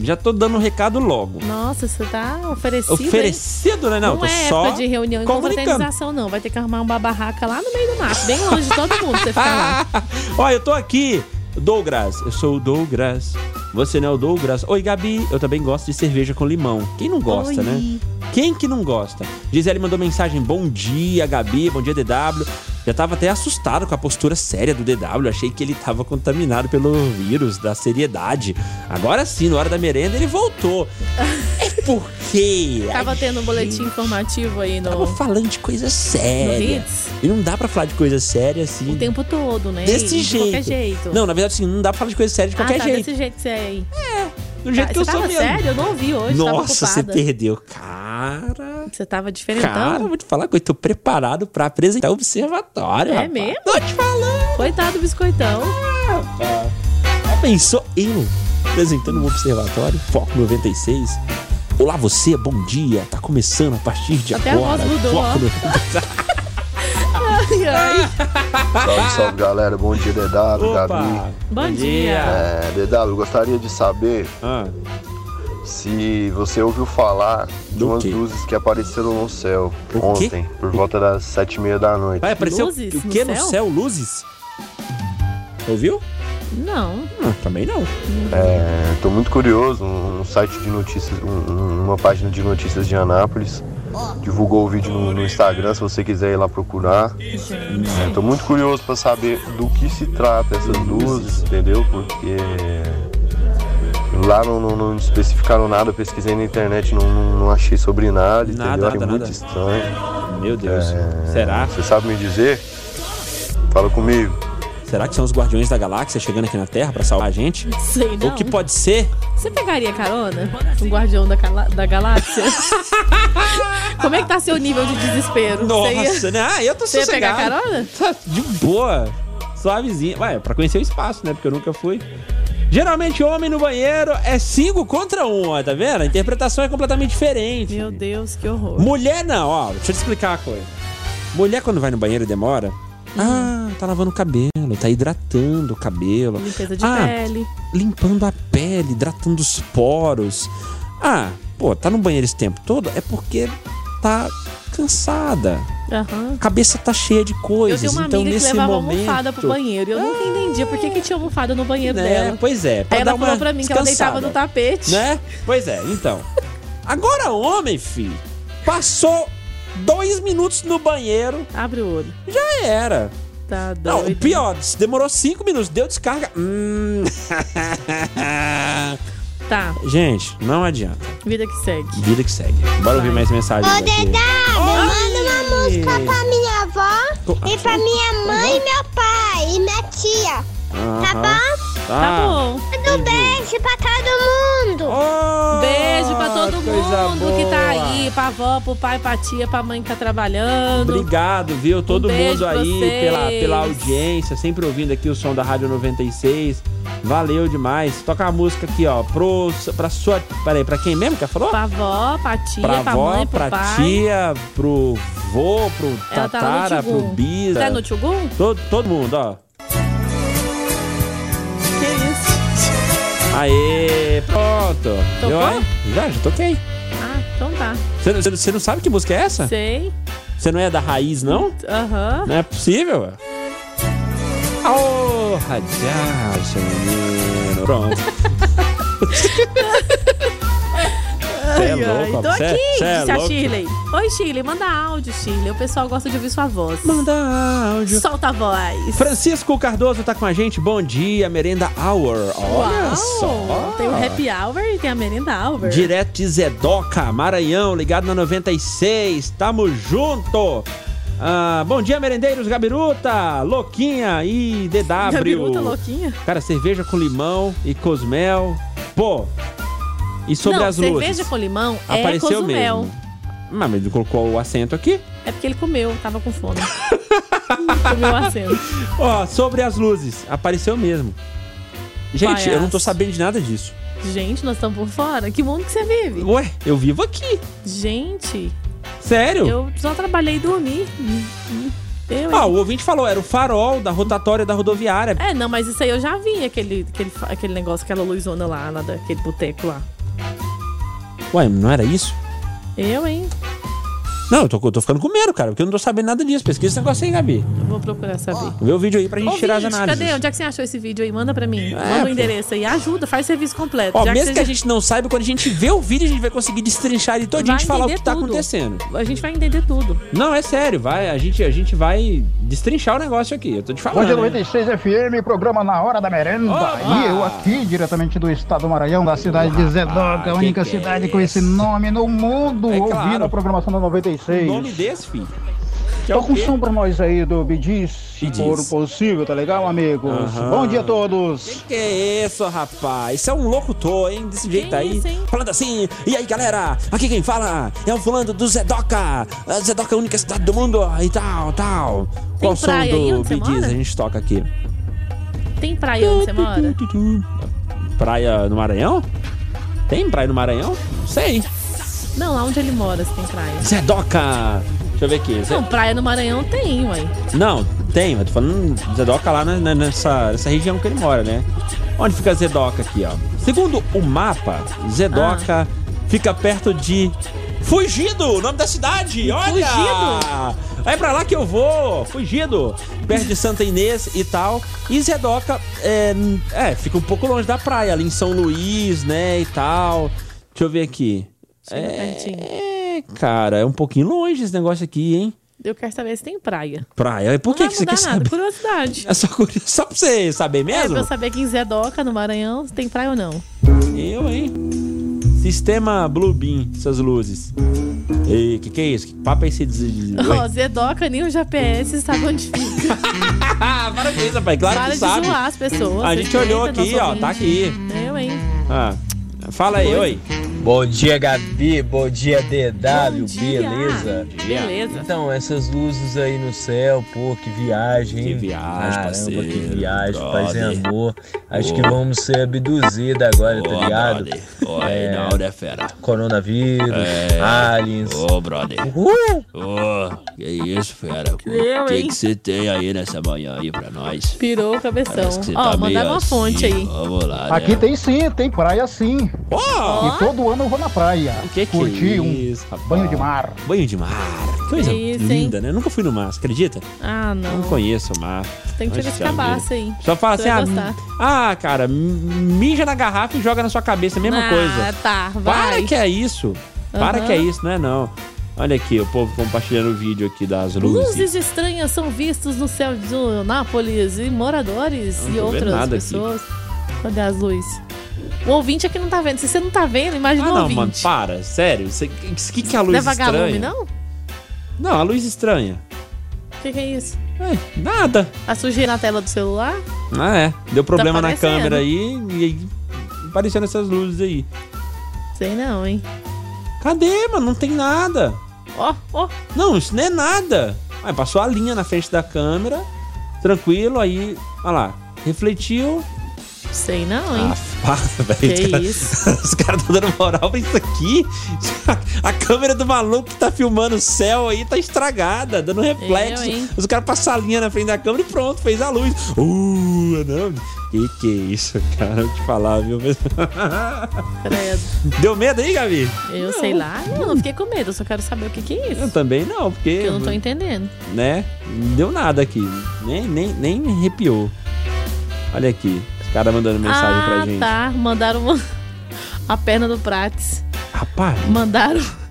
S4: Já tô dando um recado logo.
S5: Nossa, você tá oferecido. hein?
S4: Oferecido, né? Não,
S5: Não,
S4: tô
S5: é
S4: só.
S5: época de reunião e
S4: comunicando.
S5: confraternização, não. Vai ter que arrumar uma barraca lá no meio do mato, bem longe de todo mundo pra você ficar lá.
S4: Ah, Ó, eu tô aqui, Douglas. Eu sou o Douglas. Você não é o Douglas? Oi, Gabi. Eu também gosto de cerveja com limão. Quem não gosta,
S5: Oi.
S4: né? Quem que não gosta? Gisele mandou mensagem: Bom dia, Gabi. Bom dia, DW. Já tava até assustado com a postura séria do DW. Achei que ele tava contaminado pelo vírus da seriedade. Agora sim, na hora da merenda, ele voltou. É porque.
S5: Tava tendo um boletim informativo aí no,
S4: Tava falando de coisa
S5: no
S4: séria.
S5: Hits
S4: E não dá pra falar de coisa séria assim.
S5: o tempo todo, né?
S4: Desse
S5: de
S4: jeito.
S5: qualquer jeito.
S4: Não, na verdade, assim, não dá pra falar de coisa séria de
S5: ah,
S4: qualquer
S5: tá,
S4: jeito.
S5: desse jeito que você é aí.
S4: Do jeito
S5: Tá,
S4: que eu
S5: você
S4: sou
S5: tava
S4: mesmo.
S5: sério? Eu não ouvi hoje, tava
S4: Nossa, você é
S5: ocupada.
S4: perdeu. Cara.
S5: Você tava diferentão?
S4: Cara, vou te falar que eu tô preparado pra apresentar o observatório.
S5: É
S4: rapaz.
S5: mesmo?
S4: Tô te falando,
S5: Coitado do biscoitão.
S4: rapaz. Já pensou eu apresentando um observatório? Foco 96. Olá, você, bom dia. Tá começando a partir de
S5: Até a
S4: agora.
S5: voz mudou,
S4: Foco
S5: ó.
S4: 96. Ah.
S5: Ai, ai.
S7: Salve, salve galera, bom dia DW, Gabi.
S4: Opa!
S5: Bom dia.
S7: É, DW, gostaria de saber
S4: Ah,
S7: se você ouviu falar de
S4: Do
S7: umas
S4: quê?
S7: luzes que apareceram no céu
S4: O quê?
S7: ontem, por volta das sete e meia da noite.
S4: vai aparecer o-
S5: Luzes
S4: o
S5: no
S4: que no
S5: céu?
S4: céu? Luzes? Ouviu?
S5: Não.
S4: Ah, também não.
S7: É, tô muito curioso, um, um site de notícias, um- um- uma página de notícias de Anápolis divulgou o vídeo no, no Instagram, se você quiser ir lá procurar. É, tô muito curioso pra saber do que se trata essas luzes, entendeu? Porque lá não, não- não especificaram nada, eu pesquisei na internet, não, não- não achei sobre nada, entendeu?
S4: Nada,
S7: Achei
S4: nada,
S7: muito
S4: nada.
S7: estranho.
S4: Meu Deus.
S5: É.
S4: Será?
S7: Você sabe me dizer? Fala comigo.
S4: Será que são os Guardiões da Galáxia chegando aqui na Terra pra salvar a gente?
S5: Sei não.
S4: O que pode ser?
S5: Você pegaria carona? Um guardião da, cala- da galáxia? Como é que tá seu nível de desespero? Você ia-
S4: Nossa, né? Ah, eu tô
S5: Você ia pegar
S4: sossegado.
S5: carona?
S4: Tá de boa. Suavezinha. Ué, pra conhecer o espaço, né? Porque eu nunca fui. Geralmente, homem no banheiro é 5 contra 1, um, ó, tá vendo? A interpretação é completamente diferente.
S5: Meu Deus, que horror.
S4: Mulher não, ó. Deixa eu te explicar a coisa. Mulher, quando vai no banheiro e demora...
S5: Hum.
S4: Ah, tá lavando o cabelo, tá hidratando o cabelo.
S5: Limpeza de
S4: ah,
S5: pele.
S4: limpando a pele, hidratando os poros. Ah, pô, tá no banheiro esse tempo todo é porque tá cansada.
S5: Aham.
S4: A cabeça tá cheia de
S5: Eu
S4: coisas.
S5: tenho uma
S4: então
S5: amiga que
S4: nesse
S5: levava
S4: momento,
S5: almofada pro banheiro. E eu nunca entendi por que, que tinha almofada no banheiro
S4: né?
S5: dela.
S4: Pois é, pra
S5: Aí
S4: dar
S5: ela
S4: uma
S5: falou pra mim que ela deitava no
S4: descansada,
S5: tapete.
S4: Né? Pois é, então. Agora, homem, fi, passou dois minutos no banheiro,
S5: Abre o olho.
S4: já era.
S5: Tá
S4: Não,
S5: doido.
S4: o pior, se demorou cinco minutos, deu descarga. Hum.
S5: Tá,
S4: Gente, não adianta.
S5: vida que segue.
S4: Vida que segue. Bora ouvir mais mensagens.
S8: Ô,
S4: aqui.
S8: Dedado, manda uma música pra minha
S4: Co-
S8: avó e pra minha mãe e meu pai e minha tia. Tá
S4: Aham.
S8: bom?
S5: Tá
S4: Ah.
S5: bom.
S8: Manda um beijo pra todo mundo.
S4: Oh,
S5: Beijo pra todo
S4: coisa
S5: mundo que tá
S4: boa.
S5: aí. Pra avó, pro pai, pra tia, pra mãe que tá trabalhando.
S4: Obrigado, viu? Todo
S5: Um beijo
S4: mundo
S5: pra
S4: aí
S5: vocês.
S4: pela, pela audiência, sempre ouvindo aqui o som da Rádio 96. Valeu demais. Toca a música aqui, ó. Pro, pra sua. Peraí, pra quem mesmo que falou?
S5: Pra avó, pra tia, pra,
S4: Pra avó,
S5: mãe, pro
S4: pra
S5: pai.
S4: tia, pro vô, pro
S5: Ela tá lá no
S4: tatara, pro
S5: Tchugum.
S4: bisa.
S5: Tá no Tchugum?
S4: todo, todo mundo, ó.
S5: Que isso?
S4: Aê, pronto.
S5: Tocou?
S4: Eu, hein? já, já toquei.
S5: Ah, então tá.
S4: Você não- você não- você não sabe que música é essa?
S5: Sei.
S4: Você não é da raiz, não?
S5: Aham.
S4: Não é possível, ué. Oh, radiaço, menino. Pronto. Você é louco,
S5: Tô
S4: cê é-
S5: aqui,
S4: cê é
S5: disse a
S4: louco.
S5: Shirley. Oi, Shirley, manda áudio, Shirley. O pessoal gosta de ouvir sua voz.
S4: Manda áudio.
S5: Solta a voz.
S4: Francisco Cardoso tá com a gente. Bom dia, Merenda Hour. Olha só.
S5: Tem o happy hour e tem a merenda hour.
S4: Direto de Zedoca, Maranhão, ligado na 96. Tamo junto. Ah, bom dia, merendeiros. Gabiruta, Louquinha e DW.
S5: Gabiruta louquinha.
S4: Cara, cerveja com limão e cosmel. Pô. E sobre
S5: Não,
S4: as
S5: cerveja
S4: luzes.
S5: com limão é
S4: Apareceu
S5: cozumel.
S4: mesmo. Mas ele colocou o acento aqui.
S5: É porque ele comeu, tava com fome. comeu o acento.
S4: Ó, sobre as luzes. Apareceu mesmo. Gente, eu não tô
S5: Palhaço.
S4: sabendo de nada disso.
S5: Gente, nós estamos por fora. Que mundo que você vive?
S4: Ué, eu vivo aqui.
S5: Gente,
S4: Sério?
S5: eu só trabalhei e dormi. Eu,
S4: Ah, o ouvinte falou, era o farol da rotatória da rodoviária.
S5: É, não, mas isso aí eu já vi, aquele, aquele, fa- aquele negócio, aquela luzona lá, lá daquele boteco lá.
S4: Ué, não era isso?
S5: Eu, hein?
S4: Não, eu tô, eu tô ficando com medo, cara, porque eu não tô sabendo nada disso. Pesquisa esse negócio aí, Gabi.
S5: Vou procurar saber.
S4: Vê o vídeo aí pra gente
S5: Ouvinte,
S4: tirar as análises. É,
S5: cadê? Onde é que você achou esse vídeo aí? Manda pra mim. Manda
S4: pô.
S5: o endereço aí. Ajuda, faz serviço completo.
S4: Ó,
S5: Já que
S4: mesmo que,
S5: você
S4: a gente não saiba, quando a gente vê o vídeo, a gente vai conseguir destrinchar ele todinho
S5: Vai
S4: e falar o que
S5: entender
S4: tá
S5: tudo.
S4: acontecendo.
S5: A gente vai entender tudo.
S4: Não, é sério, vai, a gente, a gente vai destrinchar o negócio aqui. Eu tô te
S9: Bom
S4: falando.
S9: dia
S4: né?
S9: 96 FM, programa Na Hora da Merenda.
S4: Opa!
S9: E eu aqui, diretamente do estado do Maranhão, da cidade de Zedoca, a
S4: que
S9: única
S4: que é
S9: cidade com esse nome no mundo,
S4: É
S9: ouvindo
S4: claro.
S9: a programação da
S4: O
S9: 96.
S4: nome desse, filho. Que é
S9: Tô
S4: o
S9: com
S4: quê?
S9: som pra nós aí do Bidiz, se
S4: Bidiz.
S9: for possível, tá legal, amigos?
S4: Aham.
S9: Bom dia a todos.
S4: Que que é isso, rapaz? Isso é um locutor, hein? Desse jeito aí.
S5: isso, hein?
S4: Falando assim. E aí, galera? Aqui quem fala é o fulano do Zedoca. A Zedoca é a única cidade do mundo e tal, tal. Qual o som
S5: praia aí
S4: do
S5: onde você
S4: Bidiz
S5: mora?
S4: a gente toca aqui?
S5: Tem praia onde você mora?
S4: Praia no Maranhão? Tem praia no Maranhão? Sei.
S5: Não, lá onde ele mora, se tem praia.
S4: Zedoca. Deixa eu ver aqui. Zé-
S5: Não, praia no Maranhão tem, ué.
S4: Não, tem. Eu tô falando do Zedoca lá na- na- nessa, nessa região que ele mora, né? Onde fica Zedoca aqui, ó? Segundo o mapa, Zedoca
S5: Ah.
S4: fica perto de Fugido, o nome da cidade. Olha! Fugido. É pra lá que eu vou. Fugido. Perto de Santa Inês e tal. E Zedoca é, é, fica um pouco longe da praia, ali em São Luís, né, e tal. Deixa eu ver aqui.
S5: Chega pertinho.
S4: É, cara, é um pouquinho longe esse negócio aqui, hein?
S5: Eu quero saber se tem praia.
S4: Praia. E Por que,
S5: não
S4: que
S5: vai
S4: você
S5: mudar
S4: quer
S5: nada,
S4: saber?
S5: curiosidade.
S4: É só, curi- só pra você saber
S5: É
S4: mesmo?
S5: pra eu saber que em Zedoca, no Maranhão, se tem praia ou não.
S4: Eu, hein? Sistema Bluebeam, essas luzes. Ei, que que é isso? Que papo é esse? de- de-
S5: Ó,
S4: Ué?
S5: Zedoca, nem o GPS sabe onde fica.
S4: Ah, para com isso, rapaz. Claro
S5: Para
S4: que
S5: de
S4: sabe.
S5: zoar as pessoas.
S4: A gente olhou
S5: Respeita
S4: aqui,
S5: nosso
S4: ó, tá
S5: ouvinte.
S4: aqui.
S5: Eu, hein?
S4: Ah, fala aí, oi.
S10: Bom dia, Gabi. Bom dia, DW.
S5: Bom dia.
S10: Beleza?
S5: Beleza.
S10: Então, essas luzes aí no céu, pô, que viagem. hein?
S4: Que viagem,
S10: Caramba,
S4: parceiro,
S10: que viagem,
S4: brother.
S10: paz e amor. Acho que vamos ser abduzidos agora, tá ligado? É.
S2: Oi, não, né, fera?
S10: Coronavírus,
S11: É.
S10: aliens.
S2: Ô, brother. Ô, que isso, fera? O
S5: Eu,
S2: que
S5: hein?
S2: que você tem aí nessa manhã aí pra nós?
S5: Pirou o cabeção.
S2: Parece que você
S5: Então, Ó,
S2: tá
S5: mandar
S2: meio
S5: uma
S2: assim.
S5: fonte aí.
S2: Vamos lá, né?
S9: Aqui
S4: É.
S10: tá-
S9: tem sim, tem praia sim.
S4: Ó,
S9: E todo ano eu vou na praia.
S4: que que
S9: Curti
S4: é
S9: um
S4: isso, rapaz?
S9: banho de mar.
S4: Banho de mar. Coisa
S5: Que isso, hein?
S4: linda, né? Eu nunca fui no mar, você acredita?
S5: Ah, não.
S4: Não conheço o mar.
S5: Tem que tirar esse
S4: Poxa vida.
S5: cabaço aí.
S4: Só fala
S5: Você vai
S4: assim, ah,
S5: gostar.
S4: ah, cara, mija na garrafa e joga na sua cabeça, mesma
S5: ah,
S4: coisa.
S5: tá.
S4: Para
S5: Vai.
S4: que é isso. Para
S5: Aham.
S4: que é isso, não é não. Olha aqui, o povo compartilhando o vídeo aqui das luzes.
S5: Luzes estranhas são vistas no céu de Nápoles e moradores
S4: Eu não
S5: e
S4: tô vendo
S5: outras
S4: nada
S5: pessoas. Cadê as luzes? O ouvinte aqui não tá vendo. Se você não tá vendo,
S4: ah,
S5: imagina o
S4: não,
S5: ouvinte.
S4: mano, para. Sério, o que, que, que é a luz
S5: não é vagalume,
S4: estranha?
S5: não? O
S4: Não, a luz estranha.
S5: que, que é isso?
S4: É, nada.
S5: A sujeira na tela do celular?
S4: Ah, é. Deu problema na
S5: aparecendo.
S4: câmera aí e aí aparecendo essas luzes aí.
S5: Sei não, hein?
S4: Cadê, mano? Não tem nada.
S5: Ó, ó.
S4: Não, isso não é nada. Aí passou a linha na frente da câmera, tranquilo, aí, olha lá, refletiu.
S5: Sei não, hein?
S4: Ah, para, velho.
S5: Que
S4: Os cara-
S5: isso?
S4: Os caras estão dando moral pra isso aqui. A câmera do maluco que tá filmando o céu aí tá estragada, dando reflexo.
S5: Eu, hein?
S4: Os caras passam a linha na frente da câmera e pronto, fez a luz. Uh, não. Que que é isso, cara? Vou te falar, viu?
S5: Credo.
S4: Deu medo aí, Gabi?
S5: Eu
S4: Não.
S5: sei lá. Não, não fiquei com medo. Eu só quero saber o que, que é
S4: Eu
S5: isso.
S4: também não, porque.
S5: Que eu não tô entendendo.
S4: né? Não deu nada aqui. Nem, nem, nem arrepiou. Olha aqui. Os caras mandando mensagem
S5: ah,
S4: pra gente.
S5: tá. Mandaram uma... a perna do Prates.
S4: Rapaz,
S5: Mandaram.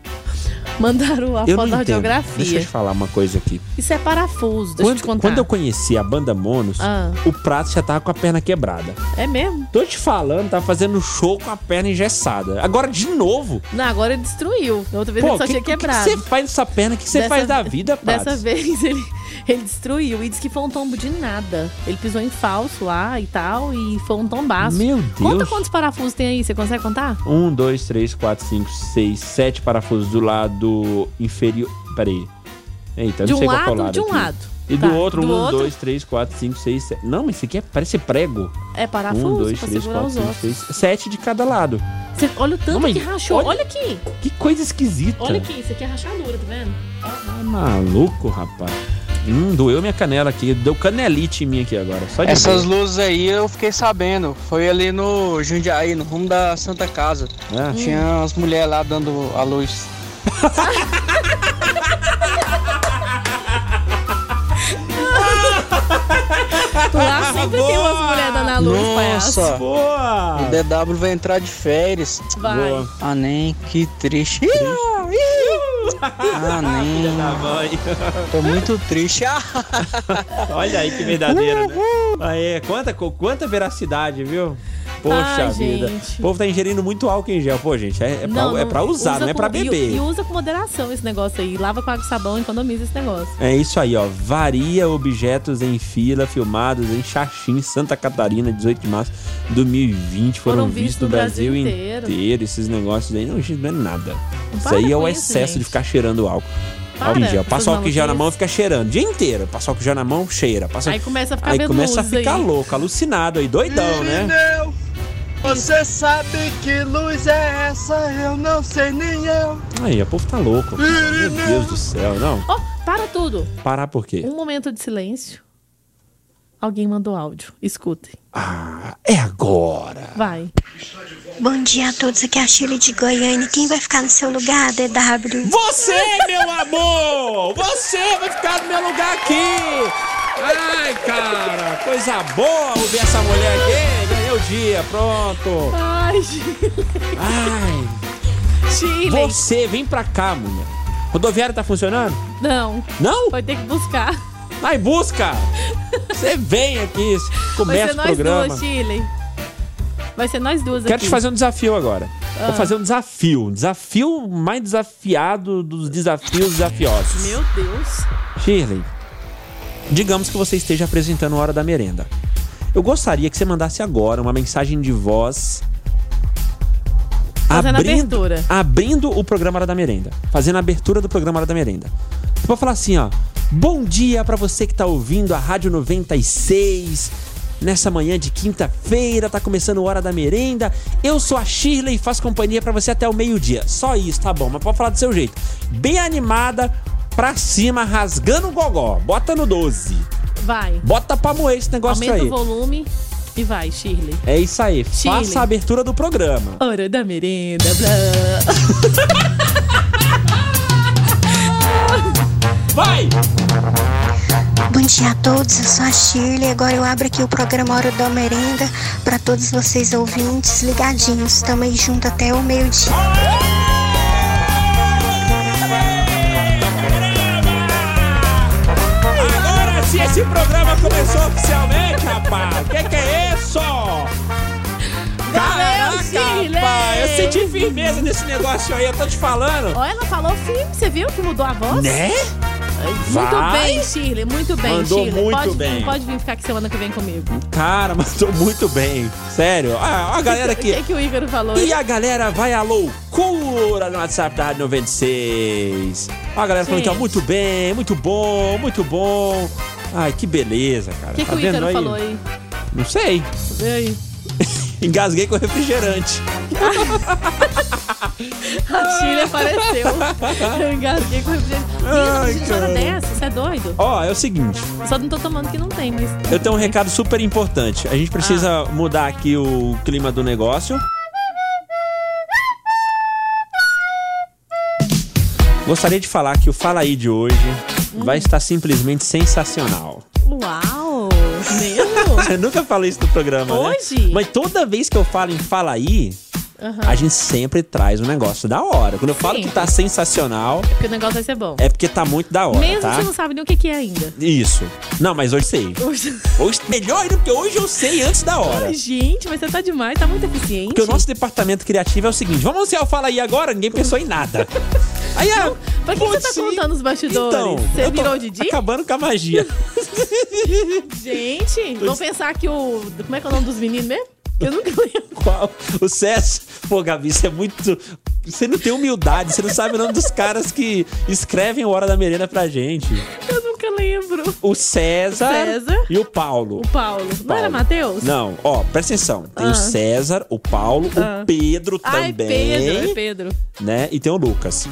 S5: Mandaram a
S4: eu
S5: foto
S4: não
S5: da
S4: entendo. Deixa eu
S5: radiografia.
S4: te falar uma coisa aqui.
S5: Isso é parafuso, deixa eu
S4: Quando,
S5: te contar.
S4: quando eu conheci a banda Monos,
S5: Ah.
S4: o prato já tava com a perna quebrada.
S5: É mesmo?
S4: Tô te falando, tá fazendo show com a perna engessada. Agora de novo.
S5: Não, agora ele destruiu. Da outra vez ele só tinha quebrado.
S4: O que você faz nessa perna? O que você
S5: Dessa-
S4: faz da vida, Prats?
S5: Dessa vez ele, ele destruiu e disse que foi um tombo de nada. Ele pisou em falso lá e tal, e foi um tombaço.
S4: Meu Deus.
S5: Conta quantos parafusos tem aí, você consegue contar?
S4: Um, dois, três, quatro, cinco, seis, sete parafusos do lado inferior. Peraí. Eita, eu
S5: de
S4: não sei
S5: um
S4: qual que é o
S5: lado,
S4: lado
S5: de um
S4: aqui.
S5: lado.
S4: E
S5: Tá,
S4: do outro,
S5: do
S4: um,
S5: outro-
S4: dois, três, quatro, cinco, seis, sete. Não, esse aqui é, parece prego.
S5: É parafuso
S4: um, dois,
S5: pra
S4: três,
S5: segurar
S4: quatro,
S5: os
S4: cinco,
S5: ossos.
S4: seis. Sete de cada lado.
S5: Você- olha o tanto
S4: Não, mas
S5: que rachou.
S4: olha-
S5: Olha, aqui.
S4: Que coisa esquisita.
S5: Olha aqui, isso aqui é rachadura, tá vendo?
S4: Tá maluco, rapaz. Hum, doeu minha canela aqui. Deu canelite em mim aqui agora. Só de
S12: Essas
S4: ver.
S12: luzes aí eu fiquei sabendo. Foi ali no Jundiaí, no rumo da Santa Casa.
S4: Ah.
S12: Tinha as mulheres lá dando a luz.
S5: Lá sempre tem umas mulheres dando a luz, palhaço.
S12: Nossa,
S4: Boa!
S12: o DW vai entrar de férias.
S5: Vai.
S4: Boa.
S12: Ah, nem, que triste. Ah, nem,
S4: Da mãe.
S12: tô muito triste. Ah,
S4: Olha aí que verdadeiro, né? Aí, quanta, co- quanta veracidade, viu? Poxa
S5: Ai,
S4: vida.
S5: gente.
S4: O povo tá ingerindo muito álcool em gel. Pô, gente, é, é, pra, é pra usar,
S5: usa
S4: não é
S5: com-
S4: pra
S5: e-
S4: beber.
S5: E, usa com moderação esse negócio aí. Lava com água e sabão, economiza esse negócio.
S4: É isso aí, ó. Varia objetos em fila filmados em Xaxim, Santa Catarina, 18 de março de 2020. Foram, vistos no Brasil, inteiro. Esses negócios aí, não, gente, não é nada. isso
S5: para
S4: aí é
S5: com
S4: o
S5: isso,
S4: excesso
S5: gente.
S4: de ficar cheirando álcool.
S5: Para
S4: álcool em gel.
S5: com
S4: Passa
S5: essas
S4: o álcool em gel na
S5: maluquices.
S4: mão e fica cheirando o dia inteiro. Passa o álcool em gel na mão, cheira. Passa...
S5: Aí começa a ficar
S4: Aí
S5: vendo
S4: começa a
S5: luz aí.
S4: ficar louco, alucinado aí, doidão, né?
S12: Você sabe que luz é essa? Eu não sei nem eu.
S4: Aí, o povo tá louco. cara. Meu Deus do céu, não.
S5: Oh, para tudo.
S4: Parar por quê?
S5: Um momento de silêncio. Alguém mandou áudio. Escutem.
S4: Ah, é agora.
S5: Vai.
S8: Bom dia a todos, aqui é a Chile de Goiânia. Quem vai ficar no seu lugar, DW?
S4: Você, meu amor! Você vai ficar no meu lugar aqui! Ai, cara, coisa boa ouvir essa mulher aqui. Ganhei o dia, pronto.
S5: Ai, Chile.
S4: Ai, você, vem pra cá, mulher. Rodoviária tá funcionando?
S5: Não,
S4: Não?
S5: vai ter que buscar.
S4: Vai, busca! Você vem aqui,
S5: Vai
S4: começa
S5: ser
S4: o
S5: nós
S4: programa.
S5: duas, Chile. Vai ser nós duas
S4: Quero
S5: aqui.
S4: te fazer um desafio agora. Vou fazer um desafio. Um desafio mais desafiado dos desafios desafiosos.
S5: Meu Deus.
S4: Shirley, digamos que você esteja apresentando a Hora da Merenda. Eu gostaria que você mandasse agora uma mensagem de voz.
S5: Fazendo abertura.
S4: abrindo o programa Hora da Merenda. Fazendo a abertura do programa Hora da Merenda. Você pode falar assim, ó. Bom dia pra você que tá ouvindo a Rádio 96. Nessa manhã de quinta-feira, tá começando Hora da Merenda. Eu sou a Shirley e faço companhia pra você até o meio-dia. Só isso, tá bom, mas pode falar do seu jeito. Bem animada, pra cima, rasgando o gogó. Bota no 12.
S5: Vai.
S4: Bota pra moer esse negócio
S5: Aumenta
S4: aí.
S5: o volume e vai, Shirley.
S4: É isso aí.
S5: Shirley.
S4: Faça a abertura do programa.
S5: Hora da merenda, blá.
S4: Vai!
S8: Bom dia a todos, eu sou a Shirley. Agora eu abro aqui o programa Hora da Merenda para todos vocês ouvintes ligadinhos. Tamo aí junto até o meio-dia.
S4: Agora sim, esse programa começou oficialmente, rapaz. Que que é isso? Caraca,
S5: Shirley!
S4: rapaz. Eu senti firmeza nesse negócio aí, eu tô te falando.
S5: Ó, ela falou firme, você viu que mudou a voz?
S4: Né?
S5: Muito
S4: Vai.
S5: bem, Shirley, muito bem,
S4: Mandou
S5: Shirley.
S4: muito
S5: pode,
S4: bem.
S5: Vir, pode vir ficar aqui semana que vem comigo.
S4: Cara, mandou muito bem. Sério. Ah, ó a galera
S5: O que,
S4: aqui.
S5: que o Ícaro falou?
S4: E a galera vai à loucura no WhatsApp da Rádio 96. Ó, a galera falando que ó,
S5: Gente.
S4: muito bem, muito bom, muito bom. Ai, que beleza, cara.
S5: O que,
S4: tá
S5: que o
S4: vendo
S5: Ícaro
S4: aí?
S5: falou aí?
S4: Não sei.
S5: Vê aí.
S4: Engasguei com refrigerante.
S5: A Shirley apareceu. Eu engasguei com o
S4: Ai,
S5: refrigerante. Ih,
S4: cara.
S5: hora dessa, você é doido?
S4: Ó, é o seguinte.
S5: Só não tô tomando que não tem, mas...
S4: Eu tenho um recado super importante. A gente precisa
S5: Ah.
S4: mudar aqui o clima do negócio. Gostaria de falar que o Fala Aí de hoje
S5: Hum.
S4: vai estar simplesmente sensacional.
S5: Uau, mesmo?
S4: Eu nunca falei isso no programa, né?
S5: Hoje?
S4: Mas toda vez que eu falo em Fala Aí,
S5: Aham.
S4: a gente sempre traz um negócio da hora. Quando eu falo que tá sensacional,
S5: Porque o negócio vai ser bom.
S4: é porque tá muito da hora,
S5: Mesmo
S4: tá?
S5: que você não sabe nem o que, que é ainda.
S4: Isso. Não, mas hoje sei.
S5: Hoje-
S4: Hoje, melhor ainda, porque hoje eu sei antes da hora.
S5: Ai, Gente, mas você tá demais, tá muito eficiente.
S4: Porque o nosso departamento criativo é o seguinte: vamos anunciar o Fala aí agora? Ninguém pensou em nada. Aí, ah,
S5: Pra que você tá contando os bastidores?
S4: então,
S5: você
S4: eu tô
S5: virou o Didi?
S4: acabando com a magia.
S5: Gente, vão pensar que o. Como é que é o nome dos meninos mesmo? Eu nunca lembro.
S4: Qual? O César. Pô, Gabi, você é muito. Você não tem humildade, você não sabe o nome dos caras que escrevem o Hora da Merenda pra gente.
S5: Eu nunca lembro.
S4: O César,
S5: César.
S4: e o Paulo.
S5: O Paulo. Não era
S4: Paulo.
S5: Matheus?
S4: Não, ó, presta atenção. Tem
S5: Ah.
S4: o César, o Paulo,
S5: Ah.
S4: o Pedro
S5: Ai, Pedro,
S4: também.
S5: é Pedro.
S4: né? E tem o Lucas.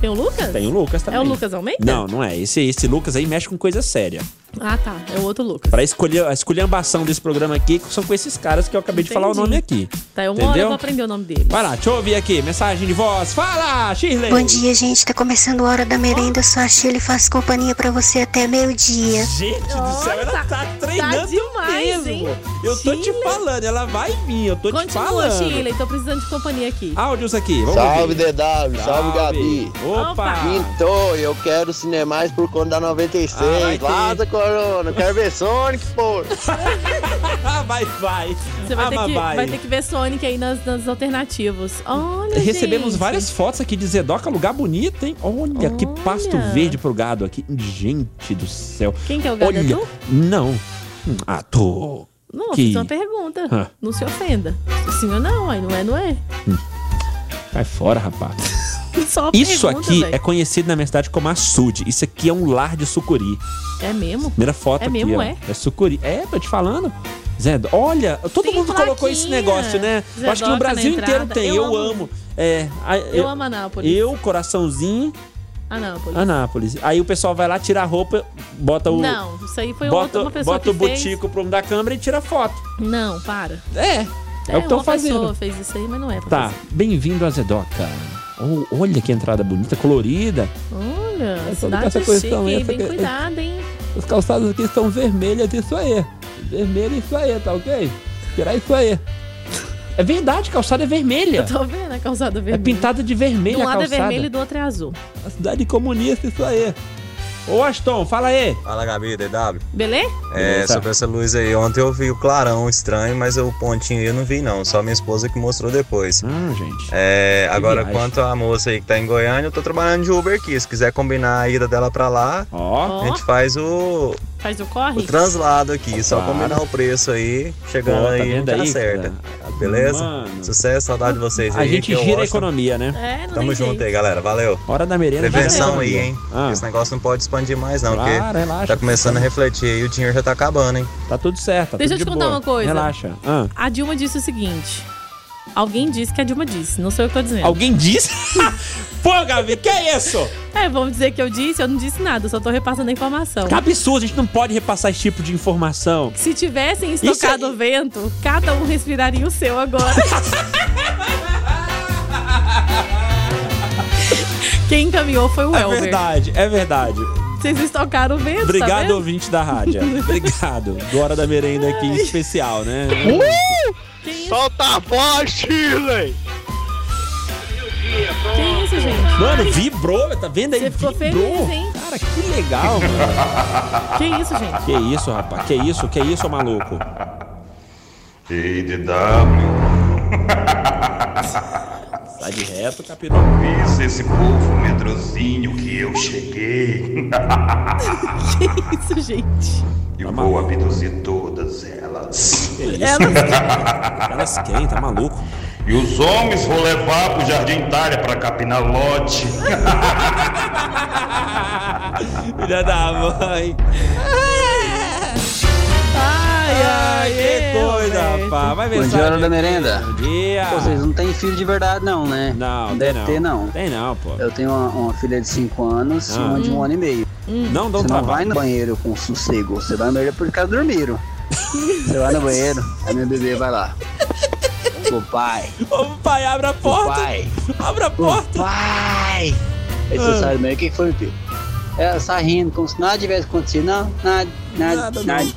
S5: Tem o Lucas?
S4: Tem o Lucas também.
S5: É o Lucas Almeida?
S4: Não, não é. Esse, esse Lucas aí mexe com coisa séria.
S5: Ah, tá. É o outro Lucas.
S4: Pra escolher a esculhambação desse programa aqui, são com esses caras que eu acabei de falar o
S5: Entendi.
S4: nome aqui.
S5: Tá, eu uma hora eu
S4: Entendeu?
S5: vou aprender o nome dele.
S4: Vai lá, deixa eu ouvir aqui. Mensagem de voz. Fala, Shirley!
S8: Bom dia, gente. Tá começando a hora da merenda. Eu sou a Shirley e faço companhia pra você até meio-dia.
S4: Gente do céu, ela tá treinando
S5: tá demais,
S4: mesmo.
S5: hein?
S4: Eu tô te
S5: Shirley.
S4: falando, ela vai vir, eu tô te
S5: Continua,
S4: falando.
S5: Shirley. Tô precisando de companhia aqui.
S4: Áudios aqui, vamos
S13: Salve
S4: ouvir.
S13: DW, salve Gabi.
S4: Opa!
S13: Quintou, eu quero cinemais por conta da 96.
S4: Ah, vai ter.
S13: Vaza, Corona, eu quero ver Sonic, pô.
S4: vai, vai.
S5: Você vai,
S4: Ah,
S5: ter que,
S4: mamãe.
S5: vai ter que ver Sonic aí nas, nas alternativas. Olha,
S4: Recebemos
S5: gente.
S4: várias fotos aqui de Zedoca, lugar bonito, hein? Olha, que pasto verde pro gado aqui. Gente do céu.
S5: Quem que é o gado? É
S4: Olha,
S5: tu?
S4: Não. Hum, Ah, tô.
S5: Não,
S4: que...
S5: fiz uma pergunta.
S4: Ah.
S5: Não se ofenda. Sim ou não, aí não é, não é.
S4: Vai fora, rapaz.
S5: Só uma
S4: Isso
S5: pergunta,
S4: aqui
S5: velho.
S4: é conhecido na minha cidade como açude. Isso aqui é um lar de sucuri.
S5: É mesmo?
S4: Primeira foto
S5: É
S4: aqui,
S5: mesmo,
S4: ó.
S5: é?
S4: É sucuri. É, tô te falando. Zé, olha, todo
S5: Tem
S4: mundo colocou
S5: plaquinha.
S4: esse negócio, né?
S5: Zé
S4: eu acho que no
S5: Doca na
S4: Brasil inteiro
S5: entrada.
S4: tem.
S5: Eu
S4: Eu,
S5: amo.
S4: amo. É, a-
S5: Eu amo Anápolis.
S4: Eu, coraçãozinho,
S5: Anápolis.
S4: Anápolis. Aí o pessoal vai lá, tira a roupa, bota Ah, o.
S5: Não, isso aí foi
S4: bota,
S5: outra uma pessoa
S4: bota o
S5: que fez.
S4: botico pro homem da câmera e tira foto.
S5: Não, para.
S4: É. É, o que eu tô
S5: uma
S4: fazendo.
S5: pessoa fez isso aí, mas não é pra
S4: Tá,
S5: fazer.
S4: bem-vindo a Zedoca. Oh, olha que entrada bonita, colorida.
S5: Olha,
S4: Essa-
S5: cidade
S4: essa
S5: chique,
S4: questão, essa
S5: bem
S4: que-
S5: cuidada, hein?
S4: Os calçados aqui estão vermelhas, isso aí. Vermelho, isso aí, tá ok? Tirar isso aí. É verdade, calçada é vermelha.
S5: Eu tô vendo a calçada
S4: É
S5: vermelha.
S4: pintada de vermelho
S5: De um
S4: a
S5: lado é
S4: calçada.
S5: vermelho e do outro é azul.
S4: A cidade comunista, isso aí. Ô, Aston, fala aí.
S11: Fala Gabi, DW.
S5: Beleza?
S11: É, sobre essa luz aí, ontem eu vi o clarão estranho, mas o pontinho aí eu não vi não, só minha esposa que mostrou depois.
S4: Ah, gente.
S11: É, agora
S4: viagem.
S11: quanto à moça aí que tá em Goiânia, eu tô trabalhando de Uber aqui, se quiser combinar a ida dela pra lá,
S5: Ó.
S11: a gente faz o,
S5: Faz o
S11: o
S5: corre?
S11: translado aqui, só
S4: Claro.
S11: combinar o preço aí, chegando
S4: Ó, tá
S11: aí,
S4: vendo
S11: tá
S4: aí,
S11: certa. Beleza?
S4: Mano.
S11: Sucesso, saudade de vocês
S4: A
S11: aí.
S4: gente
S11: que eu
S4: gira a
S11: gosto.
S4: economia, né?
S5: É, não
S11: Tamo
S5: tem
S11: junto
S5: jeito.
S11: aí, galera. Valeu.
S4: Hora da merenda.
S11: Prevenção
S4: gira a
S11: aí,
S4: economia.
S11: hein?
S14: Ah.
S11: Esse negócio não pode expandir mais, não.
S4: Claro,
S11: porque
S4: relaxa.
S11: Tá começando a refletir aí, o dinheiro já tá acabando, hein?
S4: Tá tudo certo.
S5: Deixa eu te contar uma coisa.
S4: Relaxa. Ah.
S5: A Dilma disse o seguinte. Alguém disse que a Dilma disse, não sei o que eu tô dizendo.
S4: Alguém disse? Pô, Gabi, que é isso?
S5: É, vamos dizer que eu disse, eu não disse nada, eu só tô repassando a informação.
S4: Que absurdo, a gente não pode repassar esse tipo de informação.
S5: Se tivessem estocado o vento, cada um respiraria o seu agora. Quem encaminhou foi o
S4: É
S5: Elber.
S4: verdade, é verdade.
S5: Vocês estocaram o vento, tá
S4: Obrigado,
S5: vendo?
S4: ouvinte da rádio. Obrigado. Do Hora da merenda aqui em especial, né?
S12: Solta a voz, Chile!
S5: Que isso, gente?
S4: Mano, vibrou, tá vendo aí?
S5: Você ficou
S4: vibrou.
S5: feliz, hein?
S4: Cara, que legal, mano.
S5: Que isso, gente?
S4: Que isso, rapaz? Que isso? Que isso, maluco?
S15: Ei, DW.
S4: Sai de reto, capitão.
S15: Avisa esse povo medrosinho que eu cheguei.
S5: que isso, gente?
S4: Tá
S15: Eu vou abduzir todas elas.
S5: tá-
S4: Elas quem? é Tá maluco?
S15: E os homens vou levar pro Jardim Itália pra capinar lote.
S4: Filha da mãe.
S5: Ai, ai,
S4: que doido, rapaz. Vai ver
S14: Bom dia, hora da merenda.
S4: Bom dia.
S14: Pô, vocês não têm filho de verdade, não, né?
S4: Não, tem
S14: deve
S4: não.
S14: ter, não.
S4: Tem não, pô.
S14: Eu tenho uma, uma filha de 5 anos e
S4: Ah. Então tá
S14: uma de um
S4: Hum.
S14: ano e meio.
S4: Não dão
S14: Você não vai
S4: trabalho.
S14: no banheiro com sossego, você vai no banheiro porque elas dormiram. você vai no banheiro, aí meu bebê vai lá. Ô pai,
S4: Ô, pai, abre a porta.
S14: pai.
S4: Abre a porta.
S14: pai! Aí você
S4: Ah.
S14: sai do banheiro, o que foi, meu filho? É, Ela sai rindo como se nada tivesse acontecido. Não, nada, nada,
S4: Nada,
S14: nada.
S4: não.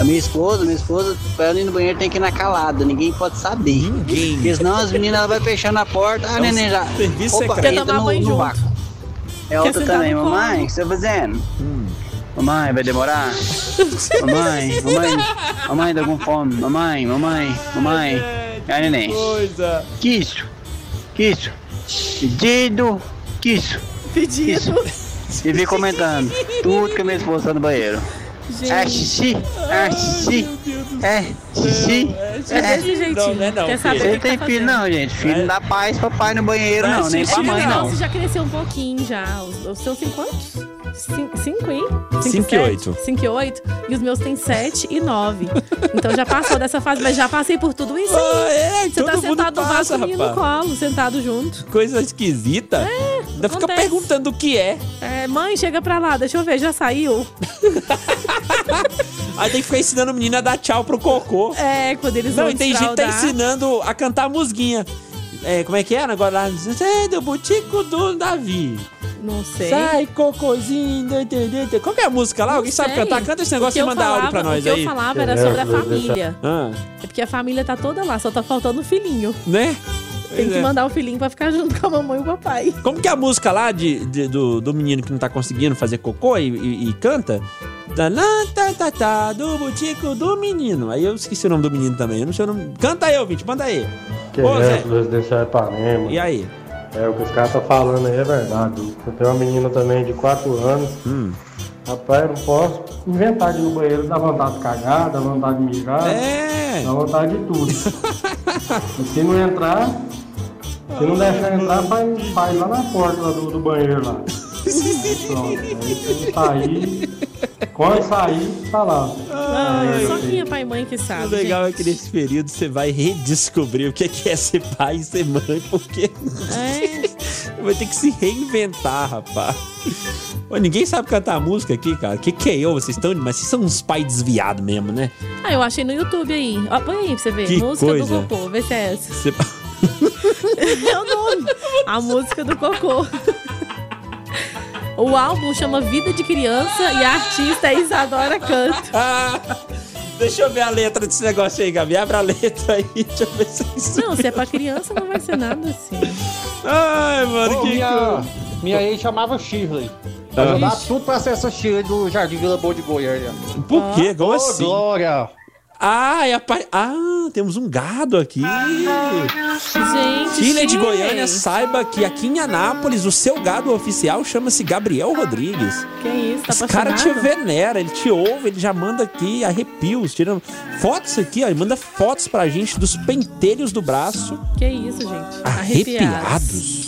S14: A minha esposa, minha esposa, pra ela ir no banheiro tem que ir na calada, ninguém pode saber. Ninguém. Porque senão as meninas ela vai fechando a porta, ah,
S4: Hum. É um
S14: neném já.
S4: serviço secreto.
S14: entra
S4: Quer tomar banho junto.
S14: vácuo. É
S12: Quer
S14: outra
S12: sentar
S14: também,
S12: no colo.
S14: mamãe, o que você tá fazendo? Mamãe, vai demorar? mamãe, mamãe, mamãe, tá com fome. Mamãe, mamãe, mamãe. Ah, neném.
S4: Coisa.
S14: Que isso? Que isso? Pedido. Que isso? Pedido. E vi comentando tudo que a minha esposa tá no banheiro. É xixi, é xixi, é xixi.
S12: É desse jeitinho. Não, não é não, Quer saber filho. o que
S14: Você
S12: tá
S14: tem filho não, gente. Filho não dá paz pra pai no banheiro não, nem pra mãe não.
S5: Você já cresceu um pouquinho já. Os, os seus têm quantos? Cin- Cinco, hein?
S4: Cinco e
S5: sete?
S4: oito.
S5: Cinco e oito. E os meus têm sete e nove. Então já passou dessa fase, mas já passei por tudo isso.
S4: Ah, é,
S5: Você tá
S4: todo mundo
S5: sentado no
S4: passa,
S5: vaso e no
S4: rapaz.
S5: colo, sentado junto.
S4: Coisa esquisita. Ainda fica
S5: É, acontece.
S4: perguntando o que é.
S5: É, mãe, chega pra lá, deixa eu ver, já saiu?
S4: Aí tem que ficar ensinando o menino a dar tchau pro cocô.
S5: É, quando eles
S4: Não,
S5: vão
S4: e tem gente que tá
S5: desfraldar.
S4: ensinando a cantar musguinha. É, como é que era agora lá? Sai do butico do Davi.
S5: Não sei.
S4: Sai, cocôzinho, do- do- do- do. Qual que é a música lá? Alguém sabe
S5: sei.
S4: cantar? Canta esse
S5: O que
S4: negócio e
S5: eu
S4: manda áudio
S5: falava-
S4: pra nós
S5: o que eu
S4: aí.
S5: falava era sobre a família.
S4: Ah,
S5: É porque a família tá toda lá, só tá faltando o filhinho.
S4: né?
S5: Tem
S4: Pois
S5: que
S4: é.
S5: mandar o filhinho pra ficar junto com a mamãe e o papai.
S4: Como que é a música lá de, de- do, do menino que não tá conseguindo fazer cocô e, e- e canta? Tá, lá, tá, tá, tá, do botico do menino. Aí eu esqueci o nome do menino também. Eu não sei o nome. Canta aí, ouvinte, manda aí. Ô, Zé.
S16: residencial Ipanema.
S4: E aí?
S16: É, o que os caras tá falando aí é verdade. Eu tenho uma menina também de 4 anos.
S4: Hum.
S16: Rapaz, eu não posso inventar de ir no banheiro, dá vontade de cagar, dá vontade de
S17: Ah.
S16: mijar,
S4: É.
S16: dá vontade de tudo. e se não entrar, se não deixar entrar, vai, vai lá na porta lá do, do banheiro lá. Pronto, aí se não sair, quando sair, tá lá.
S5: Ai,
S16: É,
S5: só
S16: eu
S5: quem é pai e mãe que
S4: O
S5: sabe.
S4: legal é que nesse período você vai redescobrir o que é que é ser pai e ser mãe, porque
S5: É.
S4: vai ter que se reinventar, rapaz. Ô, ninguém sabe cantar música aqui, cara. Que que é eu? Vocês estão. Mas vocês são uns pais desviados mesmo, né?
S5: gente. Ah, eu achei no YouTube aí. Ó, põe aí pra você ver.
S4: Que
S5: música
S4: coisa.
S5: do cocô, vê se é essa.
S4: Você-
S5: é o nome. A música do cocô. O álbum chama Vida de Criança e a artista é Isadora Canto.
S4: Ah, Deixa eu ver a letra desse negócio aí, Gabi. Abre a letra aí, deixa eu ver se é isso.
S5: Não, se é pra criança não vai ser nada assim.
S4: Ai, mano,
S18: Ô,
S4: que
S18: minha,
S4: coisa.
S18: minha ex chamava Shirley.
S4: Ah.
S18: Eu dava
S4: Ixi.
S18: tudo pra ser essa Shirley do Jardim Vila Boa de Goiânia.
S4: Por quê?
S18: Ah, Ô,
S4: Como assim?
S18: Glória!
S4: Ah, é a pa... ah, temos um gado aqui.
S5: Gente,
S4: Chile de
S5: Shirley.
S4: Goiânia, saiba que aqui em Anápolis o seu gado oficial chama-se Gabriel Rodrigues.
S5: Que isso, tá
S4: Esse cara te
S5: apaixonado?
S4: venera, ele te ouve, ele já manda aqui arrepios, tirando fotos aqui, ó, ele manda fotos pra gente dos pentelhos do braço
S5: Que isso, gente.
S4: arrepiados.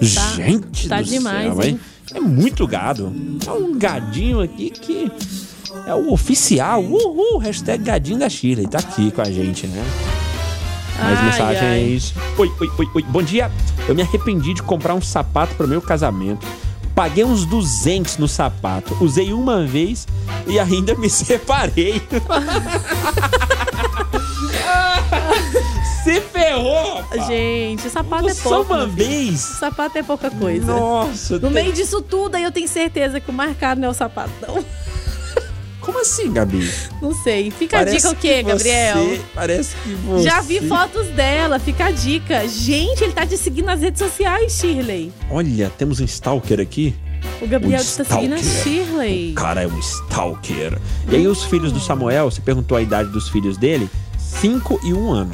S4: gente
S5: tá
S4: do
S5: demais,
S4: céu, hein?
S5: hein?
S4: É muito gado. É um gadinho aqui que é o oficial. Uhul, hashtag gadinho da Chile. Tá aqui com a gente, né? Mais
S12: Ai,
S4: mensagens. Oi, oi, oi, oi. Bom dia. Eu me arrependi de comprar um sapato para meu casamento. Paguei uns 200 no sapato. Usei uma vez e ainda me separei. Se ferrou! rapaz.
S5: Gente, sapato é
S4: Só
S5: pouco.
S4: uma
S5: meu filho.
S4: vez?
S5: Sapato é pouca coisa.
S4: Nossa,
S5: No
S4: tem-
S5: meio disso tudo, aí eu tenho certeza que o mais caro não é o sapato, não.
S4: Como assim, Gabi?
S5: Não sei. Fica
S4: Parece
S5: a dica o quê,
S4: que
S5: Gabriel?
S4: você- Parece que você...
S5: Já vi fotos dela, fica a dica. Gente, ele tá te seguindo nas redes sociais, Shirley.
S4: Olha, temos um stalker aqui.
S5: O Gabriel
S4: Um
S5: tá seguindo a
S4: stalker.
S5: Shirley.
S4: O cara é um stalker. E aí os filhos do Samuel, você perguntou a idade dos filhos dele? 5 e 1 um ano.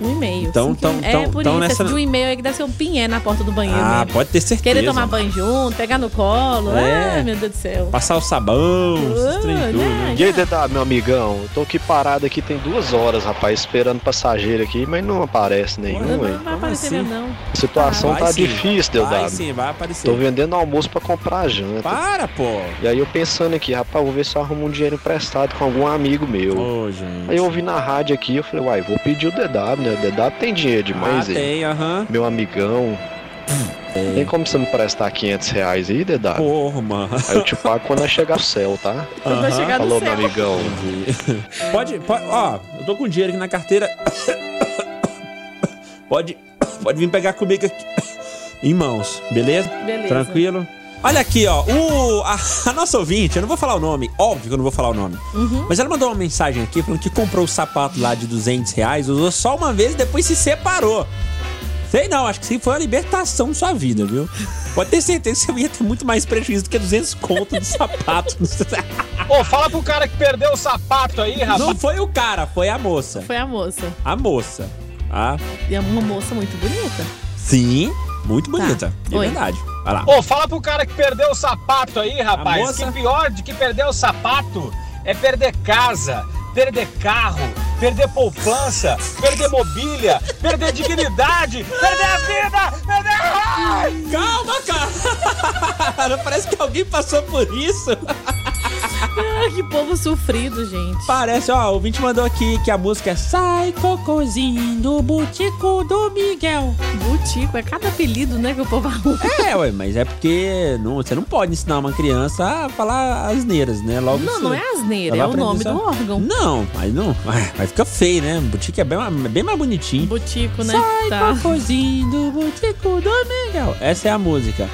S5: Um e-mail.
S4: Então,
S5: cinco e um.
S4: então,
S5: É
S4: então,
S5: por
S4: então
S5: isso,
S4: nessa-
S5: esse de um e-mail aí que deve ser um pinhé na porta do banheiro.
S4: Ah,
S5: né?
S4: pode ter certeza.
S5: Querer tomar banho junto, pegar no colo.
S4: É.
S5: Ah, meu Deus do céu.
S4: Passar o sabão,
S5: esses trem tudo, Ah, né?
S19: E aí, Dedá, meu amigão? Tô aqui parado aqui tem duas horas, rapaz, esperando passageiro aqui, mas não aparece nenhum,
S5: Não
S19: hein?
S5: vai
S4: assim?
S5: aparecer mesmo, não.
S19: A situação
S4: Ah, Vai
S19: tá
S4: sim.
S19: difícil, Dedá.
S4: Vai sim, vai aparecer.
S19: Tô vendendo almoço pra comprar janta.
S4: Para, pô!
S19: E aí eu pensando aqui, rapaz, vou ver se eu arrumo um dinheiro emprestado com algum amigo meu. Aí eu ouvi na rádio aqui, eu falei, uai, vou pedir o DW, né? O DW tem dinheiro demais
S4: Ah,
S19: aí.
S4: tem, aham.
S19: Meu amigão. Tem como você me prestar 500 reais aí, DW?
S4: Porra, mano.
S19: Aí eu te pago quando eu chegar no céu, tá?
S4: Quando eu chegar no
S19: Falou,
S4: céu.
S19: meu amigão.
S4: Pode, pode, ó, eu tô com dinheiro aqui na carteira. Pode, pode vir pegar comigo aqui em mãos, beleza?
S5: Beleza.
S4: Tranquilo? Olha aqui, ó. O, a, a nossa ouvinte, eu não vou falar o nome, óbvio que eu não vou falar o nome.
S5: Uhum.
S4: Mas ela mandou uma mensagem aqui falando que comprou o sapato lá de 200 reais, usou só uma vez e depois se separou. Sei não, acho que sim, foi uma libertação de sua vida, viu? Pode ter certeza que você ia ter muito mais prejuízo do que 200 conto de sapato.
S20: Ô, fala pro cara que perdeu o sapato aí, rapaz.
S4: Não foi o cara, foi a moça.
S5: Foi a moça.
S4: A moça. Ah,
S5: E é uma moça muito bonita.
S4: sim, muito bonita. De
S5: Tá. Oi.
S4: verdade. Vai lá.
S20: Ô, fala pro cara que perdeu o sapato aí, rapaz.
S4: moça?
S20: Que pior de que perder o sapato é perder casa, perder carro, perder poupança, perder mobília, perder dignidade, perder a vida, perder... Ai!
S4: Calma, cara! Parece que alguém passou por isso.
S5: Ah, que povo sofrido, gente.
S4: Parece, ó, o ouvinte mandou aqui que a música é Sai Cocôzinho do Butico do Miguel.
S5: Butico, é cada apelido, né, que o povo arruma.
S4: É, ué, mas é porque não, você não pode ensinar uma criança a falar asneiras, né? Logo
S5: Não,
S4: isso-
S5: não é asneira,
S4: ela
S5: é o
S4: aprende
S5: nome
S4: isso-
S5: do órgão.
S4: Não, mas não. Mas fica feio, né? Boutique é bem, ma- bem mais bonitinho.
S5: Butico, né?
S4: Sai
S5: Tá.
S4: Cocôzinho do Butico do Miguel. Essa é a música.
S5: Tá.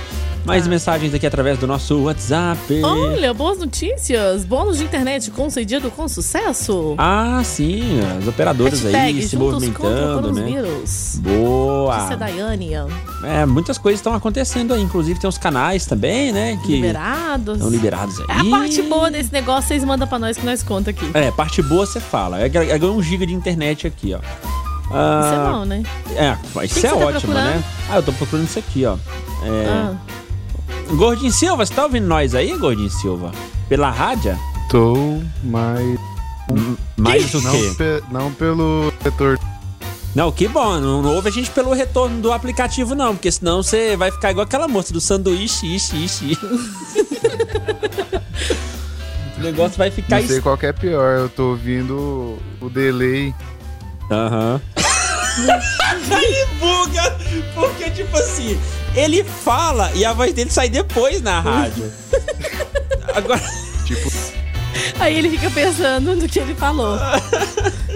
S4: Mais mensagens aqui através do nosso WhatsApp.
S5: Olha, boas notícias. Bônus de internet concedido com sucesso.
S4: Ah, sim, as operadoras aí se
S5: juntos contra o
S4: movimentando, né?
S5: coronavírus.
S4: Boa!
S5: Notícia da Yane.
S4: É, muitas coisas estão acontecendo aí. Inclusive tem os canais também, né? Que
S5: Liberados.
S4: Estão liberados aí.
S5: É a parte boa desse negócio, vocês mandam pra nós que nós conta aqui.
S4: É, parte boa você fala. É, gra- é ganhou um giga de internet aqui, ó. Ah,
S5: Isso é bom, né?
S4: É, mas isso
S5: que
S4: é
S5: você tá
S4: ótimo,
S5: procurando?
S4: né? Ah, eu tô procurando isso aqui, ó. É...
S5: Ah.
S4: Gordinho Silva, você tá ouvindo nós aí, Gordinho Silva? Pela rádio?
S17: Tô mais.
S4: mais o
S17: não,
S4: quê?
S17: pe- não pelo setor.
S4: Não, que bom. Não, não ouve a gente pelo retorno do aplicativo, não. Porque senão você vai ficar igual aquela moça do sanduíche, ixi, ixi. ixi. o negócio vai ficar...
S17: Não sei qual que é pior, eu tô ouvindo o delay.
S4: Aham. Aí buga, porque tipo assim, ele fala e a voz dele sai depois na rádio. Agora.
S17: Tipo.
S5: Aí ele fica pensando no que ele falou.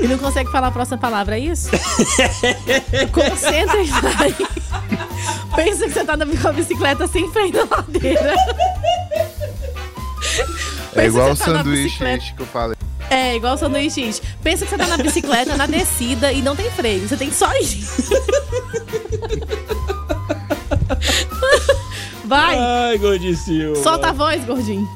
S5: e não consegue falar a próxima palavra, é isso? Concentra e vai. Pensa que você tá na com a bicicleta sem freio na ladeira.
S17: É igual o
S5: você tá na
S17: sanduíche
S5: bicicleta.
S17: esse que eu falei.
S5: É, igual o sanduíche. X. Pensa que você tá na bicicleta, na descida e não tem freio. Você tem só ir. Vai!
S4: Ai, gordinho Silva.
S5: Solta a voz, gordinho.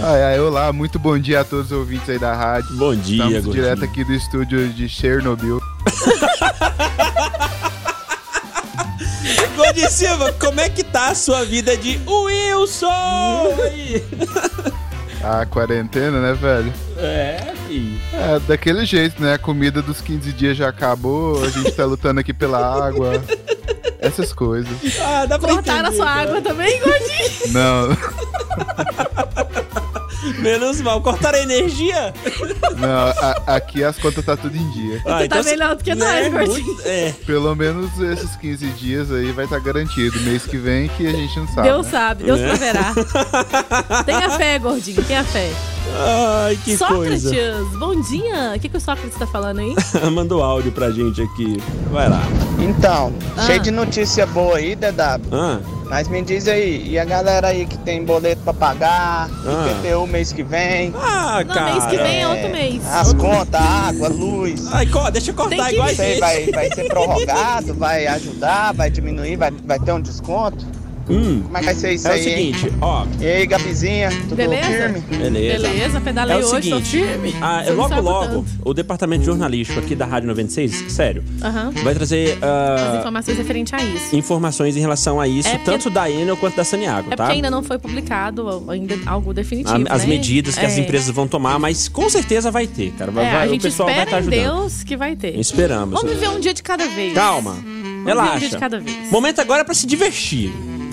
S17: Ai, ai, olá, muito bom dia a todos os ouvintes aí da rádio.
S4: Bom dia,
S17: Estamos
S4: Gordinho.
S17: direto aqui do estúdio de Chernobyl.
S4: Gordinho Silva, como é que tá a sua vida de Wilson? Aí.
S17: A quarentena, né, velho?
S4: É, filho.
S17: É, daquele jeito, né? A comida dos 15 dias já acabou, a gente tá lutando aqui pela água. Essas coisas.
S4: Ah, dá pra
S5: Cortaram a sua água também, gordinho.
S17: Não,
S4: Menos mal, cortaram a energia?
S17: não, a- aqui as contas tá tudo em dia.
S5: Ah, Então tá então- melhor do que
S4: né,
S5: nós, gordinho.
S4: muito- É.
S17: Pelo menos esses 15 dias aí vai estar garantido. Mês que vem que a gente não
S12: Tá,
S17: sabe.
S5: Deus
S17: né?
S5: sabe,
S4: É.
S5: Deus proverá. Tenha fé, gordinho, tenha fé.
S4: Ai, que
S5: Sócrates,
S4: coisa.
S5: bom dia. O que, que o Sócrates tá falando aí?
S4: Mandou áudio pra gente aqui. Vai lá.
S12: Então,
S5: Ah.
S12: cheio de notícia boa aí, DW.
S4: Ah,
S12: Mas me diz aí, e a galera aí que tem boleto pra pagar,
S4: Ah.
S12: IPTU mês que vem?
S4: ah
S5: Não,
S4: cara.
S5: mês que vem é outro mês.
S12: As contas, água, luz.
S4: Ai, co- deixa eu
S5: Tem
S4: cortar
S5: que-
S4: igual a
S12: Isso aí
S4: gente.
S12: vai, vai ser prorrogado, vai ajudar, vai diminuir, vai, vai ter um desconto?
S4: Hum.
S12: Como é que vai ser isso
S4: É o
S12: aí?
S4: seguinte, ó.
S12: hein? E aí, Gabizinha, tudo
S5: Beleza?
S12: firme?
S4: Beleza.
S5: Beleza, pedalei
S4: é o
S5: hoje, tô
S4: seguinte,
S5: firme.
S4: ah,
S5: Você não
S4: logo
S5: sabe
S4: logo, o departamento jornalístico aqui da Rádio 96, sério,
S5: Aham.
S4: vai trazer
S5: As
S4: ah,
S5: informações referentes a isso.
S4: informações em relação a isso,
S5: É porque-
S4: tanto da Enel quanto da Saniago,
S5: É
S4: tá?
S5: porque ainda não foi publicado ainda algo definitivo.
S4: A- as
S5: né?
S4: medidas que as
S5: É.
S4: empresas vão tomar, mas com certeza vai ter, cara. Vai,
S5: É,
S4: vai-
S5: a
S4: o
S5: gente
S4: pessoal vai
S5: espera
S4: estar
S5: em
S4: ajudando.
S5: Deus que vai ter.
S4: Esperamos.
S5: Vamos viver um dia de cada vez.
S4: Calma.
S5: um dia
S4: Relaxa.
S5: de cada vez.
S4: Momento agora pra se divertir.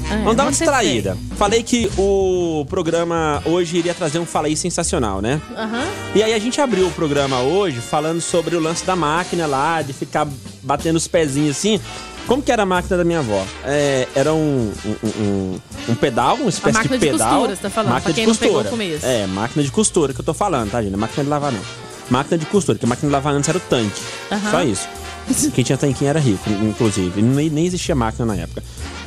S5: É,
S4: Vamos dar uma
S5: você
S4: distraída. Falei que o programa hoje iria trazer um Fala aí sensacional, né?
S5: Aham.
S4: E aí a gente abriu o programa hoje falando sobre o lance da máquina lá, de ficar batendo os pezinhos assim. Como que era a máquina da minha avó? É, era um, um, um- um pedal, uma espécie
S5: máquina
S4: de
S5: de
S4: pedal.
S5: costura, você tá falando,
S4: Máquina
S5: pra quem
S4: de
S5: não pegou
S4: costura.
S5: o começo.
S4: É, máquina de costura que eu tô falando, tá, gente? Não é máquina de lavar, não. Máquina de costura, porque a máquina de lavar antes era o tanque.
S5: Aham.
S4: Só isso. Quem tinha tanquinho era rico, inclusive. Nem, nem existia máquina na época.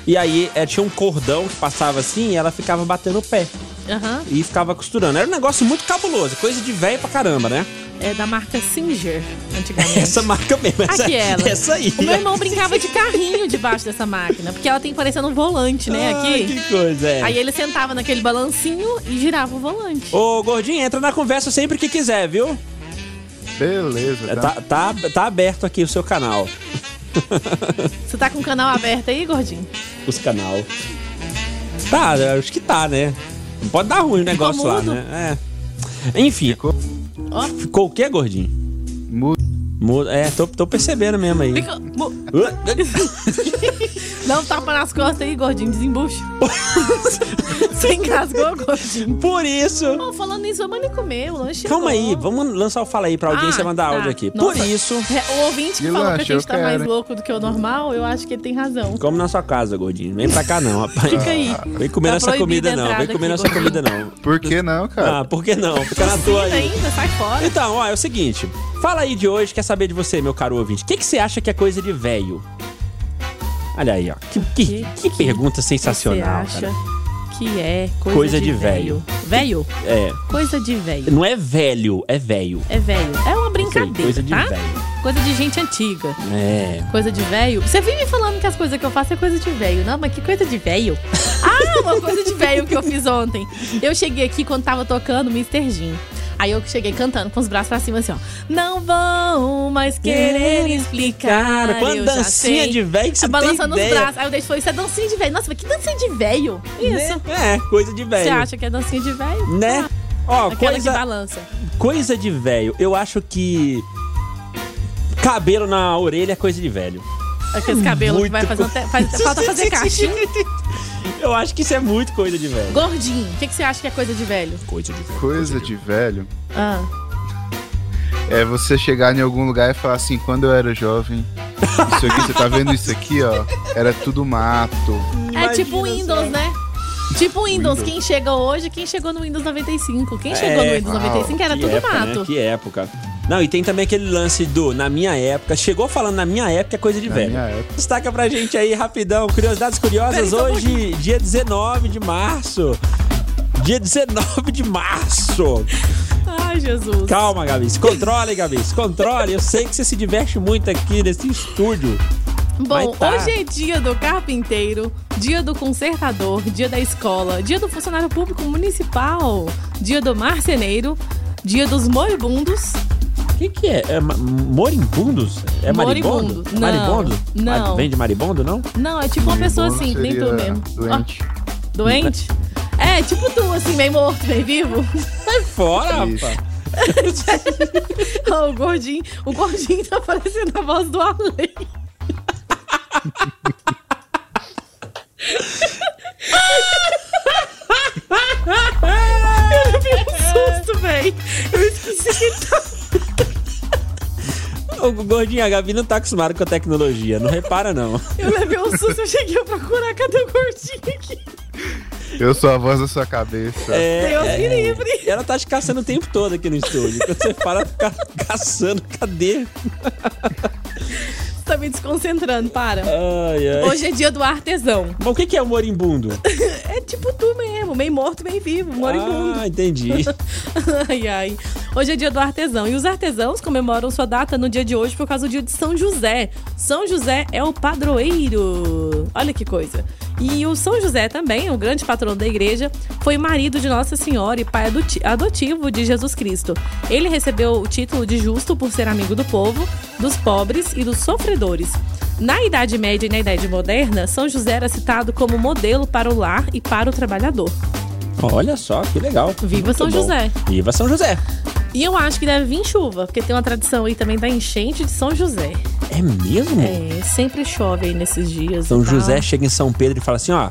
S4: E aí é, tinha um cordão que passava assim e ela ficava batendo o pé.
S5: Aham.
S4: E ficava costurando. Era um negócio muito cabuloso, coisa de velho pra caramba, né?
S5: É da marca Singer, antigamente.
S4: Essa marca mesmo. Essa,
S5: Aquela.
S4: Essa aí.
S5: O meu irmão brincava de carrinho debaixo dessa máquina, porque ela tem parecendo um volante, né,
S4: Ah,
S5: aqui.
S4: que coisa, é.
S5: Aí ele sentava naquele balancinho e girava o volante.
S4: Ô, gordinho, entra na conversa sempre que quiser, viu? Beleza. Tá, tá, tá aberto aqui o seu canal.
S5: Você tá com o canal aberto aí, gordinho?
S4: Os canal. Tá, acho que tá, né? Não pode dar ruim o negócio lá,
S5: mudo?
S4: né? É. Enfim. Ficou,
S5: Ó.
S4: o quê, gordinho? Mudo. É, tô, tô percebendo mesmo aí.
S5: Fica- mu- Não tapa nas costas aí, gordinho, desembucha. Você engasgou, gordinho.
S4: Por isso.
S5: falando nisso, vamos ali comer o lanche. é
S4: Calma
S5: chegou.
S4: aí, vamos lançar o Fala aí pra audiência
S5: Tá Ah,
S4: mandar
S5: tá.
S4: áudio aqui.
S5: Nossa,
S4: Por isso,
S5: é, O ouvinte que
S4: Eu
S5: falou que a
S4: acho,
S5: gente
S4: eu
S5: tá
S4: quero,
S5: mais
S4: hein?
S5: louco do que o normal, eu acho que ele tem razão.
S4: come na sua casa, gordinho. Vem pra cá não, rapaz.
S5: Fica aí.
S4: Vem comer
S5: Tá
S4: nossa
S5: proibida a
S4: comida não, vem
S5: entrada
S4: comer
S5: aqui,
S4: nossa comida não. Por que não,
S17: cara?
S4: Ah, por que não? Fica na tua
S5: Ainda,
S4: aí.
S5: ainda, sai fora.
S4: Então, ó, é o seguinte. Fala aí de hoje, quer saber de você, meu caro ouvinte. O que, que você acha que é coisa de velho? Olha aí, ó. Que, que- que pergunta
S5: Você
S4: sensacional,
S5: acha
S4: cara.
S5: que é coisa,
S4: Coisa de velho.
S5: Velho?
S4: É.
S5: Coisa de velho.
S4: Não é velho, é velho.
S5: É velho. É uma brincadeira,
S4: coisa de
S5: tá?
S4: velho.
S5: Coisa de gente antiga.
S4: É.
S5: Coisa de velho. Você vive falando que as coisas que eu faço é coisa de velho. Não, mas que coisa de velho? Ah, uma coisa de velho que eu fiz ontem. Eu cheguei aqui quando tava tocando Mr. Jean. Aí eu cheguei cantando com os braços pra cima assim, ó. Não vão mais querer explicar.
S4: Cara, quando
S5: eu já
S4: dancinha
S5: sei.
S4: de velho que você
S5: É, Balançando
S4: tem
S5: os
S4: ideia.
S5: braços. Aí o Deixo falou, isso é dancinha de velho. Nossa, mas que dancinha de velho? Isso.
S4: É, coisa de velho.
S5: Você acha que é dancinha de velho?
S4: Né? Ó,
S5: Aquela
S4: coisa-
S5: que balança.
S4: Coisa de velho. Eu acho que cabelo na orelha é coisa de velho.
S5: Aqueles cabelos que vai
S4: Hum, Muito
S5: fazer até. Faz, é falta fazer caixinha.
S4: Eu acho que isso é muito coisa de velho.
S5: Gordinho, o que, que você acha que é coisa de velho?
S4: Coisa de velho.
S17: Coisa de velho
S5: Ah.
S17: é você chegar em algum lugar e falar assim, quando eu era jovem, isso aqui, você tá vendo isso aqui, ó? Era tudo mato.
S5: é tipo o Windows, né? Tipo o Windows,
S17: Windows.
S5: quem chega hoje, quem chegou no Windows 95. Quem chegou no
S4: É,
S5: Windows
S4: uau,
S5: 95 era
S4: que
S5: tudo
S4: época,
S5: mato.
S4: Né? Que época. Não, e tem também aquele lance do na minha época. Chegou falando na minha época é coisa de velho. Destaca pra gente aí rapidão. Curiosidades curiosas
S5: um
S4: hoje, dia 19 de março. Dia 19 de março.
S5: Ai, Jesus.
S4: Calma, Gabi. Se controle, Gabi. Se controle. Eu sei que você se diverte muito aqui nesse estúdio.
S5: Bom,
S4: Mas tá.
S5: hoje é dia do carpinteiro, dia do consertador, dia da escola, dia do funcionário público municipal, dia do marceneiro, dia dos moribundos.
S4: O que, que é? é ma- moribundos? É maribondo?
S5: Moribundo. Não,
S4: Maribondo?
S5: não.
S4: Mar- Vem de maribondo, não?
S5: Não, é tipo uma pessoa assim, nem tu mesmo.
S17: Doente.
S5: Ó, doente? É, tipo tu, assim, meio morto, meio vivo.
S4: Sai fora,
S17: Isso.
S4: rapaz.
S5: Ó, o gordinho, o gordinho tá parecendo a voz do além. Eu levei um susto, véi. Eu esqueci que ele tá.
S4: O gordinho, a Gabi não tá acostumada com a tecnologia. Não repara, não.
S5: Eu levei um susto, eu cheguei a procurar. Cadê o gordinho aqui?
S17: Eu sou a voz da sua cabeça.
S5: Deus me livre.
S4: É, Ela tá te caçando o tempo todo aqui no estúdio. Quando você fala, fica caçando. Cadê?
S5: Você tá me desconcentrando, para.
S4: Ai, ai.
S5: Hoje é dia do artesão.
S4: Bom, o que que é o moribundo?
S5: É tipo tu mesmo, meio morto, meio vivo, moribundo.
S4: Ah, entendi.
S5: ai, ai. Hoje é dia do artesão. E os artesãos comemoram sua data no dia de hoje por causa do dia de São José. São José é o padroeiro. Olha que coisa. E o São José também, o grande patrono da igreja, foi marido de Nossa Senhora e pai adoti- adotivo de Jesus Cristo. Ele recebeu o título de justo por ser amigo do povo, dos pobres e dos sofredores. Na Idade Média e na Idade Moderna, São José era citado como modelo para o lar e para o trabalhador.
S4: Olha só, que legal.
S5: Viva São
S4: Muito bom.
S5: José.
S4: Viva São José.
S5: E eu acho que deve vir chuva, porque tem uma tradição aí também da enchente de São José.
S4: É mesmo?
S5: É, sempre chove aí nesses dias.
S4: São
S5: e tal.
S4: José chega em São Pedro e fala assim, ó...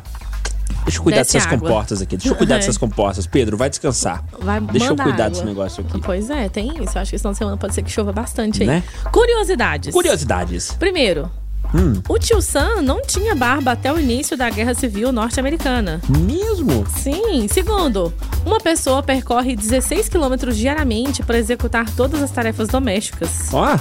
S4: Deixa eu cuidar
S5: Então, Desce
S4: dessas
S5: água.
S4: comportas aqui. Deixa eu cuidar
S5: É.
S4: dessas comportas. Pedro, vai descansar.
S5: Vai
S4: Deixa eu
S5: mandar
S4: cuidar
S5: água.
S4: desse negócio aqui.
S5: Pois é, tem isso. Eu acho que esse final de semana pode ser que chova bastante aí.
S4: Né?
S5: Curiosidades.
S4: Curiosidades.
S5: Primeiro,
S4: Hum.
S5: o tio Sam não tinha barba até o início da Guerra Civil Norte-Americana.
S4: Mesmo?
S5: Sim. Segundo, uma pessoa percorre 16 quilômetros diariamente para executar todas as tarefas domésticas.
S4: Ó,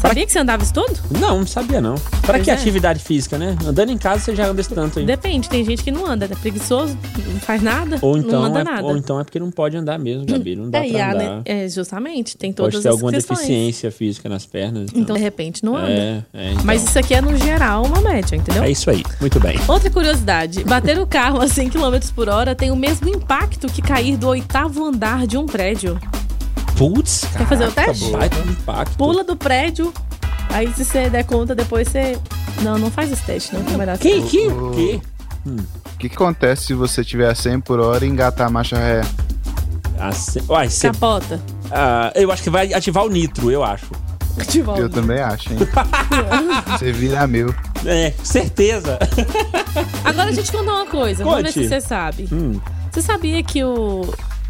S5: Sabia que você andava isso tudo?
S4: Não, não sabia não. Pra
S5: Pois
S4: que
S5: é.
S4: atividade física, né? Andando em casa você já anda esse tanto aí.
S5: Depende, tem gente que não anda, né? Preguiçoso, não faz nada,
S4: Ou então,
S5: não anda
S4: é,
S5: nada.
S4: ou então é porque não pode andar mesmo, Gabi. Não dá
S5: é, e
S4: pra
S5: há,
S4: andar.
S5: né? É, justamente, tem todas
S4: Pode ter
S5: as
S4: alguma
S5: questões.
S4: deficiência física nas pernas.
S5: Então, de repente, não anda.
S4: É, é, então.
S5: Mas isso aqui é, no geral, uma média, entendeu?
S4: É isso aí. Muito bem.
S5: Outra curiosidade: bater o carro a 100 km por hora tem o mesmo impacto que cair do oitavo andar de um prédio.
S4: Putz,
S5: Quer fazer o
S4: caraca,
S5: teste?
S4: baita impacto.
S5: Pula do prédio, aí se você der conta, depois você. Não, não faz esse teste, não, que é melhor
S4: Que-
S5: você-
S4: que- que-
S17: O que, que acontece se você tiver a 100 por hora e engatar a marcha ré?
S4: Ah, Uai, cê...
S5: Capota.
S4: Ah, eu acho que vai ativar o nitro, eu acho.
S5: Ativar
S17: Eu também acho, hein? você vira meu.
S4: É, certeza.
S5: Agora deixa eu te contar uma coisa, vamos ver
S17: Conte.
S5: se você sabe.
S4: Hum.
S5: Você sabia que o.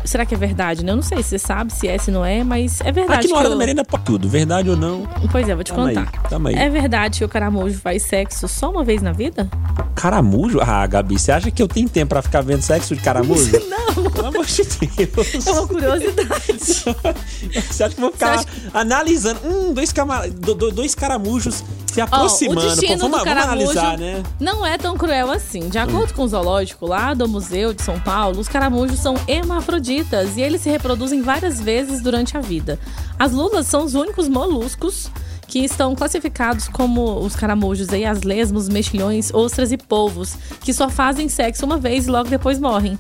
S5: Será que é verdade, né? Eu não sei se você sabe, se é, se não é, mas é verdade.
S4: Aqui
S5: que
S4: no Hora
S5: o-
S4: da Merenda pode tudo, verdade ou não.
S5: Pois é, vou te
S4: Tamo aí,
S5: contar.
S4: tamo aí.
S5: É verdade que o caramujo faz sexo só uma vez na vida?
S4: Caramujo? Ah, Gabi, você acha que eu tenho tempo pra ficar vendo sexo de caramujo?
S5: Não.
S4: Pelo amor de Deus.
S5: É uma curiosidade.
S4: Você acha que eu vou ficar analisando? Hum, dois, camar... do- do- dois caramujos se
S5: Ó,
S4: aproximando.
S5: o destino
S4: Pô, vamos,
S5: do
S4: vamos
S5: caramujo
S4: analisar, né?
S5: não é tão cruel assim. De acordo com o zoológico lá do Museu de São Paulo, os caramujos são hermafroditas e eles se reproduzem várias vezes durante a vida. As lulas são os únicos moluscos que estão classificados como os caramujos aí, as lesmos, mexilhões, ostras e polvos, que só fazem sexo uma vez e logo depois morrem.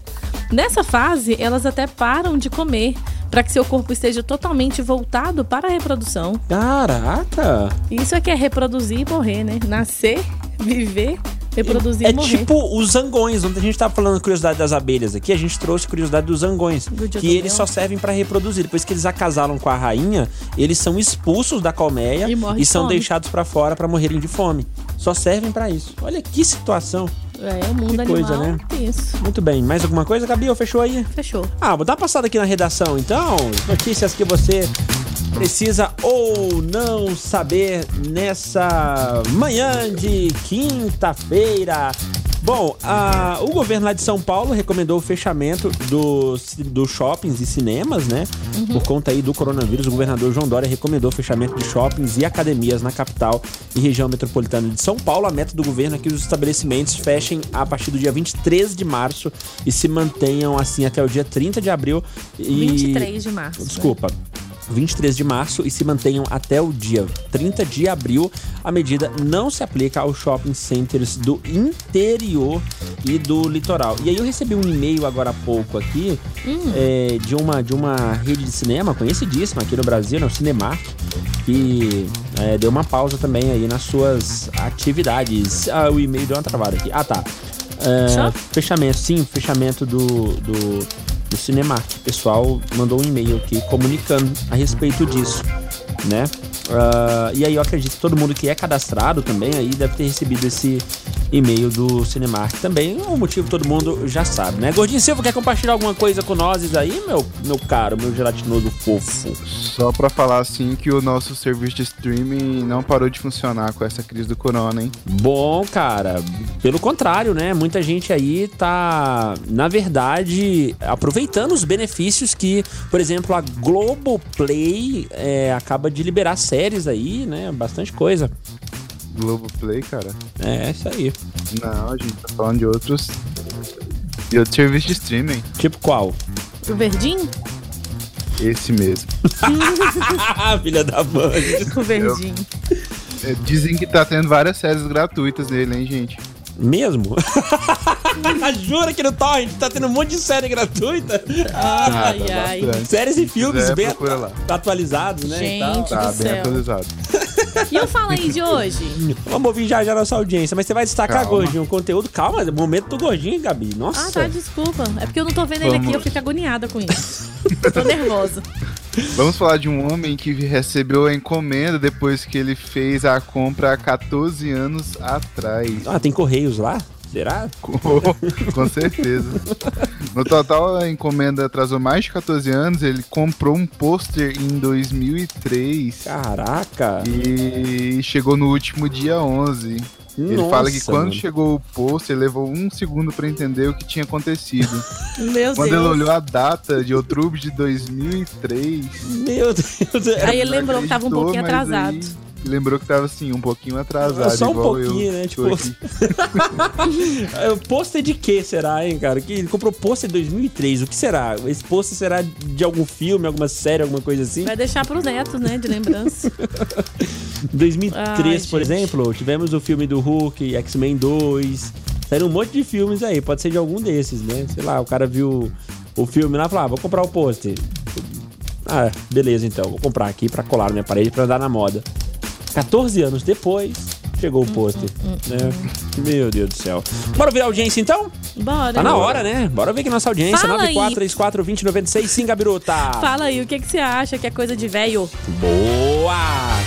S5: Nessa fase, elas até param de comer para que seu corpo esteja totalmente voltado para a reprodução.
S4: Caraca!
S5: Isso é que é reproduzir e morrer, né? Nascer, viver, reproduzir e,
S4: É
S5: morrer.
S4: tipo os zangões. Ontem a gente tava falando curiosidade das abelhas aqui, a gente trouxe curiosidade dos zangões.
S5: dia
S4: Que
S5: do
S4: eles
S5: leão.
S4: só servem pra reproduzir. Depois que eles acasalam com a rainha, eles são expulsos da colmeia
S5: E
S4: e,
S5: morrem de
S4: são
S5: fome.
S4: deixados pra fora pra morrerem de fome. Só servem pra isso. Olha que situação.
S5: É, o mundo
S4: que
S5: animal
S4: coisa, né?
S5: tem isso.
S4: Muito bem. Mais alguma coisa, Gabi? Ou fechou aí?
S5: Fechou.
S4: Ah, vou dar uma passada aqui na redação, então. Notícias que você precisa ou não saber nessa manhã de quinta-feira. Bom, ah, o governo lá de São Paulo recomendou o fechamento dos, dos shoppings e cinemas, né? Por conta aí do coronavírus, o governador João Dória recomendou o fechamento de shoppings e academias na capital e região metropolitana de São Paulo. A meta do governo é que os estabelecimentos fechem a partir do dia 23 de março e se mantenham assim até o dia 30 de abril. E...
S5: 23 de março, né?
S4: Desculpa. 23 de março e se mantenham até o dia 30 de abril. A medida não se aplica aos shopping centers do interior e do litoral. E aí eu recebi um e-mail agora há pouco aqui é, de, uma, de uma rede de cinema conhecidíssima aqui no Brasil, né, o Cinemark, que é, deu uma pausa também aí nas suas atividades. Ah, o e-mail deu uma travada aqui. Ah, tá. É,
S5: Fechou?
S4: fechamento, sim, fechamento do, do, do Cinemark. O pessoal mandou um e-mail aqui comunicando a respeito disso, né? Ah, e aí eu acredito que todo mundo que é cadastrado também aí deve ter recebido esse e-mail do Cinemark também. O motivo todo mundo já sabe, né? Gordinho Silva, quer compartilhar alguma coisa com nós aí, meu, meu caro, meu gelatinoso fofo?
S17: Só pra falar assim que o nosso serviço de streaming não parou de funcionar com essa crise do corona, hein?
S4: Bom, cara, pelo contrário, né? Muita gente aí tá, na verdade, aproveitando os benefícios que, por exemplo, a Globoplay é, acaba de liberar séries aí, né? Bastante coisa.
S17: Globoplay, cara?
S4: É, é isso aí.
S17: Não, a gente tá falando de outros. De outro serviço de streaming.
S4: Tipo qual?
S5: O verdinho?
S17: Esse mesmo.
S4: Filha da mãe.
S5: o verdinho.
S17: É, Dizem que tá tendo várias séries gratuitas nele, hein, gente?
S4: Mesmo? Jura que no Torrent tá tendo um monte de série gratuita?
S17: Ai,
S4: Ai,
S17: ai. bastante.
S4: Séries e filmes
S17: É,
S4: bem
S17: procura lá.
S4: atualizados, né? e tal.
S5: Gente do Tá, bem céu. atualizado. E eu falo aí de hoje?
S4: Vamos ouvir já já nossa audiência, mas você vai destacar,
S5: Calma.
S4: Gordinho, o conteúdo. Calma, o momento do Gordinho, Gabi. Nossa.
S5: Ah, tá, desculpa. É porque eu não tô vendo ele aqui,
S17: Vamos.
S5: eu fico agoniada com isso. tô nervosa.
S17: Vamos falar de um homem que recebeu a encomenda depois que ele fez a compra há 14 anos atrás.
S4: Ah, tem correios lá? Será?
S17: Com certeza. No total, a encomenda atrasou mais de 14 anos. Ele comprou um pôster em 2003.
S4: Caraca!
S17: E chegou no último dia 11. ele
S4: Nossa,
S17: fala que quando
S4: mano.
S17: chegou o pôster, levou um segundo pra entender o que tinha acontecido.
S5: Meu
S17: quando ele
S5: Deus.
S17: olhou a data de outubro de 2003.
S4: Meu é, Deus.
S5: Aí ele lembrou que tava um pouquinho
S17: acreditou, mas
S5: atrasado.
S17: aí- lembrou que tava assim, um pouquinho atrasado.
S4: Só um
S17: igual
S4: pouquinho,
S17: eu
S4: né?
S17: tô
S4: Tipo.
S17: aqui.
S4: É, pôster de que será, hein, cara? Que ele comprou pôster em 2003. O que será? Esse pôster será de algum filme, alguma série, alguma coisa assim?
S5: Vai deixar pros netos, né? De lembrança.
S4: 2003,
S5: Ai,
S4: por
S5: Ah, gente.
S4: exemplo, tivemos o filme do Hulk, X-Men 2. Saíram um monte de filmes aí. Pode ser de algum desses, né? Sei lá, o cara viu o filme lá e falou: ah, vou comprar o pôster. Ah, beleza então. Vou comprar aqui pra colar na minha parede pra andar na moda. 14 anos depois, chegou o
S5: Hum,
S4: pôster. né? Meu Deus do céu. Bora virar audiência então?
S5: Bora.
S4: Tá na hora, né? Bora ver que nossa audiência.
S5: Fala aí.
S4: 94342096, sim, Gabiruta.
S5: Fala aí, o que, que você acha que é coisa de velho?
S4: Boa!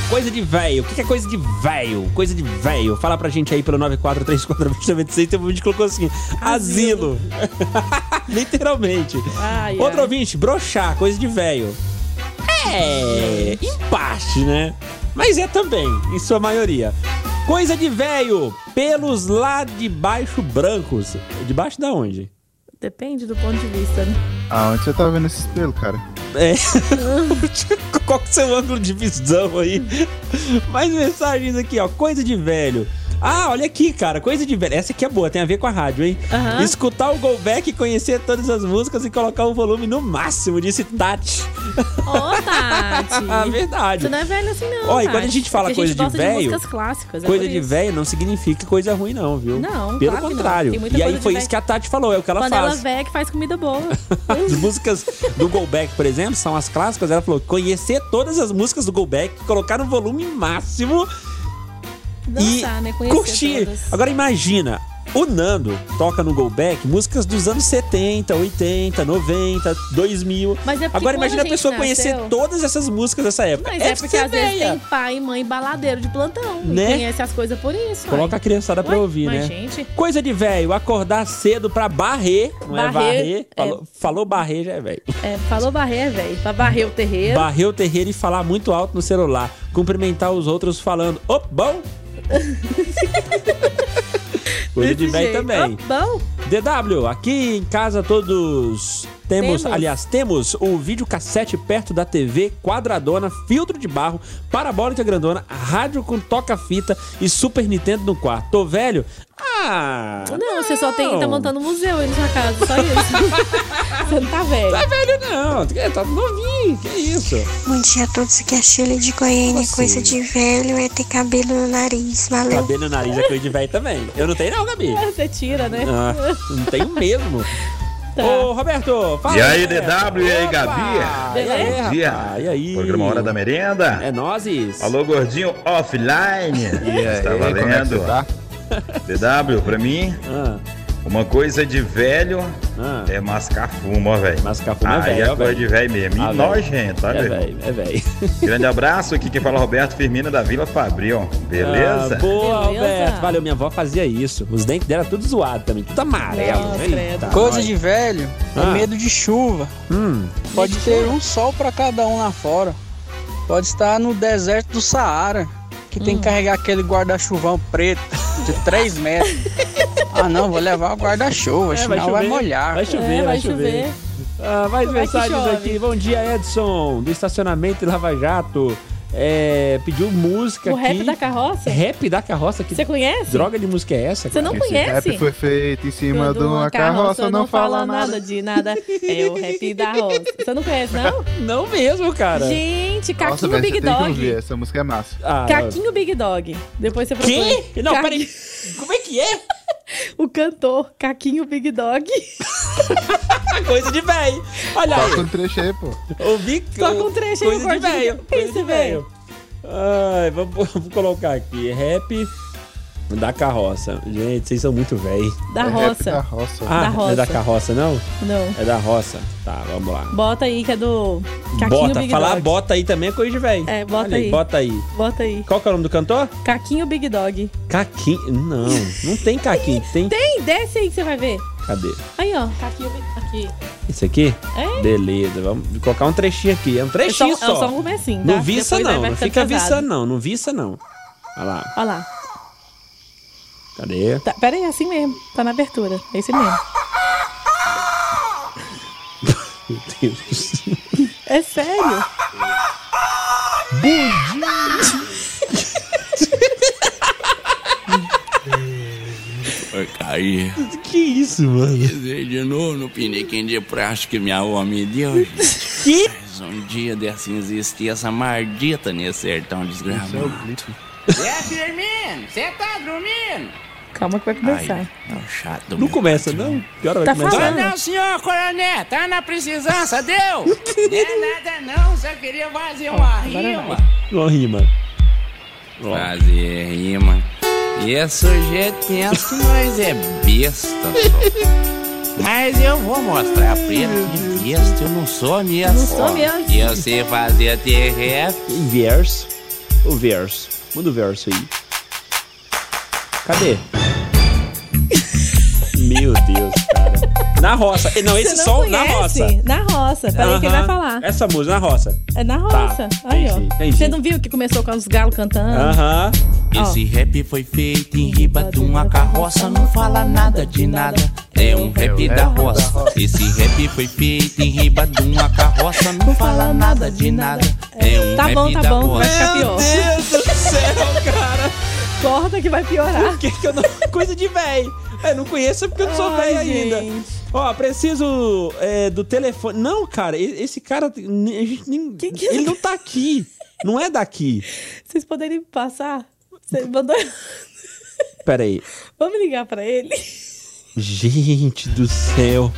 S4: Coisa de velho. O que que é coisa de velho? Coisa de velho. Fala pra gente aí pelo 94342096. Tem um vídeo que colocou assim: asilo. Literalmente.
S5: Ai,
S4: Outro
S5: ai.
S4: ouvinte, broxar, coisa de velho. É, em parte, né? Mas é também, em sua maioria. Coisa de velho, pelos lá de baixo brancos. De baixo da onde?
S5: Depende do ponto de vista, né?
S17: Ah, onde você tá vendo esse espelho, cara?
S4: É. Qual que é o seu ângulo de visão aí? Mais mensagens aqui, ó. Coisa de velho. Ah, olha aqui, cara. Coisa de velho. Essa aqui é boa, tem a ver com a rádio, hein?
S5: Aham.
S4: Escutar o Golbeck, conhecer todas as músicas e colocar o volume no máximo, disse Tati. Ah,
S5: Ô, Tati.
S4: Verdade.
S5: Você não é velho assim, não.
S4: Ó, e
S5: Tati.
S4: quando a gente fala
S5: É que
S4: coisa de
S5: a gente gosta
S4: velho,
S5: De músicas clássicas, é
S4: Coisa
S5: por
S4: de
S5: isso.
S4: velho não significa coisa ruim, não, viu?
S5: Não,
S4: Pelo
S5: claro que não.
S4: contrário.
S5: Tem muita
S4: E aí
S5: coisa de
S4: foi
S5: velho.
S4: isso que a Tati falou, é o que ela
S5: Panela
S4: faz.
S5: velha que faz comida boa.
S4: As músicas do Go Back, por exemplo, são as clássicas. Ela falou: conhecer todas as músicas do Go Back, colocar no volume máximo
S5: Dançar, né? Conhecer
S4: curtir.
S5: todas.
S4: Agora imagina, o Nando toca no Go Back músicas dos anos 70, 80, 90, 2000.
S5: Mas é porque
S4: Agora
S5: quando
S4: imagina a,
S5: a gente
S4: pessoa conhecer
S5: nasceu-
S4: todas essas músicas dessa época.
S5: Mas é,
S4: pra
S5: porque
S4: você
S5: às vezes
S4: veia.
S5: tem pai e mãe baladeiro de plantão.
S4: Né?
S5: E conhece as coisas por isso. uai.
S4: Coloca a criançada pra
S5: Ué,
S4: ouvir,
S5: mas,
S4: né?
S5: gente.
S4: Coisa de velho, acordar cedo pra barrer. Não é
S5: Barrer,
S4: varrer.
S5: é.
S4: Falou, falou barrer, já é velho.
S5: É, falou barrer, velho. Pra barrer o terreiro.
S4: Barrer o terreiro e falar muito alto no celular. Cumprimentar os outros falando, ô, bom! Coisa de
S5: Desse
S4: velho
S5: jeito.
S4: também.
S5: Ó, bom.
S4: DW, aqui em casa todos temos,
S5: Temos.
S4: aliás, temos o videocassete perto da TV, quadradona, filtro de barro, parabólica grandona, rádio com toca-fita e Super Nintendo no quarto. Tô velho? Ah!
S5: Não, você só tem. Tá montando um museu aí na sua casa, só isso. você não tá velho.
S4: Tá velho, não. Tá novinho, que isso?
S8: Bom dia a todos, aqui é a Sheila de Goiânia.
S4: Como
S8: Coisa
S4: assim?
S8: de velho é ter cabelo no nariz, valeu.
S4: Cabelo no nariz é coisa de velho também. Eu não tenho não, Gabi.
S5: Você tira, né?
S4: Ah, não tenho mesmo.
S5: Tá.
S4: Ô, Roberto, fala.
S21: E aí,
S4: Roberto.
S21: DW, e aí,
S4: Opa!
S21: Gabi?
S4: E aí,
S21: Bom
S4: rapaz?
S21: dia.
S4: E aí?
S21: Programa Hora da Merenda.
S4: É nozes.
S21: Alô, gordinho offline.
S17: E aí,
S21: Está
S17: como é que
S21: valendo.
S17: você tá?
S21: DW, pra mim,
S4: Ah,
S21: uma coisa de velho é mascar fumo, ó, velho.
S4: Mascar
S21: fumo
S6: Ah,
S4: é
S21: Aí é
S4: velho, ó,
S21: coisa de
S4: velho.
S21: velho mesmo. E
S4: Ah, velho.
S21: nojento, tá,
S4: É
S21: velho?
S4: velho, é velho.
S21: Grande abraço. Aqui quem fala é Roberto Firmino da Vila Fabril. Beleza?
S4: Ah, boa,
S21: Beleza.
S4: Alberto. Valeu, minha avó fazia isso. Os dentes dela tudo zoado também, tudo amarelo. né?
S21: Nossa,
S4: Eita,
S21: credo.
S4: nós.
S12: Coisa de velho é
S4: Ah.
S12: medo de chuva.
S4: Hum.
S12: Pode ter um sol pra cada um lá fora. Pode estar no deserto do Saara, que tem que
S4: Hum.
S12: carregar aquele guarda-chuvão preto de 3 metros. ah, não, vou levar o guarda-chuva,
S4: É,
S12: senão vai,
S4: chover,
S12: molhar.
S4: Vai
S5: É,
S4: chover, vai, chover. Ah, mais
S12: Vai que
S4: mensagens
S12: chove.
S4: aqui. Bom dia, Edson, do estacionamento de Lava Jato. É, pediu música
S5: O
S4: aqui. É
S5: rap da carroça?
S4: Rap da carroça aqui.
S5: Você conhece?
S4: Droga de música é essa?
S5: Você não
S4: cara?
S5: conhece?
S17: Rap foi feito em cima de uma carroça, não fala nada.
S5: de nada. É o rap da roça. Você não conhece, não?
S4: Não mesmo, cara.
S5: Gente,
S17: Nossa,
S5: Caquinho
S17: velho,
S5: Big
S17: você tem que
S5: Dog.
S17: ouvir, essa música é massa.
S4: ah,
S5: Caquinho Big Dog. Depois você procura.
S4: Quê? Não, peraí. Como é que é?
S5: O cantor Caquinho Big Dog.
S4: Coisa de velho. Olha
S17: Toca um
S4: aí.
S17: trecho aí, pô.
S4: Ouvi
S5: Toca um trecho aí,
S4: Coisa de
S5: gordinho.
S4: velho.
S5: Que
S4: Coisa
S5: isso,
S4: de velho. Ai, vamos, vamos colocar aqui. Rap da carroça. Gente, vocês são muito velho.
S5: Da É rap roça. da
S4: Ah,
S5: roça. Da
S4: não é da
S5: roça.
S4: carroça, não?
S5: Não.
S4: É da roça. Tá, vamos lá.
S5: Bota aí que é do Caquinho
S4: bota,
S5: Big
S4: falar
S5: Dog.
S4: bota aí também é coisa de velho.
S5: É, bota
S4: Olha
S5: aí.
S4: Bota aí.
S5: Bota aí.
S4: Qual que é o nome do cantor?
S5: Caquinho Big Dog.
S4: Caquinho. Não, não tem caquinho. Tem.
S5: Tem, desce aí que você vai ver.
S4: Cadê?
S5: Aí, ó. Caquinho Big Aqui.
S4: Esse aqui?
S5: É?
S4: Beleza, vamos colocar um trechinho aqui. É um trechinho
S5: É só- é só um comecinho, tá?
S4: Não viça
S5: Depois aí
S4: não,
S5: vai
S4: não
S5: ficando
S4: fica viça
S5: pesado.
S4: não, não viça não. Olha lá,
S5: Olha lá.
S4: cadê?
S5: Tá, pera aí, é assim mesmo. Tá na abertura. É esse mesmo.
S4: Meu Deus.
S5: É sério.
S4: Bom dia!
S2: Aí.
S3: Que isso, mano?
S2: De novo no piniquim de praxe que minha avó me deu. Que? Mas um dia dessa existia essa mardita nesse sertão desgramado.
S22: É, Firmino, você tá dormindo?
S5: Calma que vai começar.
S2: Não, chato.
S4: Não começa, não? Que hora vai
S22: Tá
S4: começar?
S22: falando, não, senhor coronel, tá na precisância, deu? Não é nada não, só queria fazer uma rima.
S4: Uma rima.
S2: Fazer rima. E esse sujeito pensa que nós é besta, só. Mas eu vou mostrar pra ele que besta eu não sou mesmo.
S5: Não sou mesmo.
S2: E eu sei fazer TRF.
S3: Verso. O verso. Manda o verso aí. Cadê?
S4: Meu Deus, cara. Na roça. Eh, Não, esse
S5: Você não
S4: som na
S5: conhece?
S4: roça.
S5: Na roça, peraí que ele vai
S4: Aham.
S5: falar.
S4: Essa música, na roça.
S5: É na
S4: Tá,
S5: roça. Aí, ó.
S2: entendi. Ah,
S5: Você não viu que começou com os galos cantando?
S2: Aham.
S5: Ó.
S2: Esse rap foi feito em riba de uma carroça, não fala nada de nada. É um rap da roça. Esse rap foi feito em riba de uma carroça, não fala nada de nada. É um
S5: Tá
S2: rap
S5: bom, tá
S2: da
S5: bom, que vai
S2: roça.
S5: ficar pior. Meu Deus do céu, cara.
S2: É.
S5: Corta que vai piorar.
S4: Por que, que eu não. Coisa de véi. Eu não conheço é porque eu não sou
S5: Ai,
S4: velho ainda.
S5: gente.
S4: Ó, preciso eh, do telefone. Não, cara, e- esse cara. ni- a gente nem-
S5: é
S4: Ele não tá aqui. Não é daqui.
S5: Vocês poderiam me passar? Você mandou.
S4: Pera aí.
S5: Vamos ligar pra ele?
S4: Gente do céu.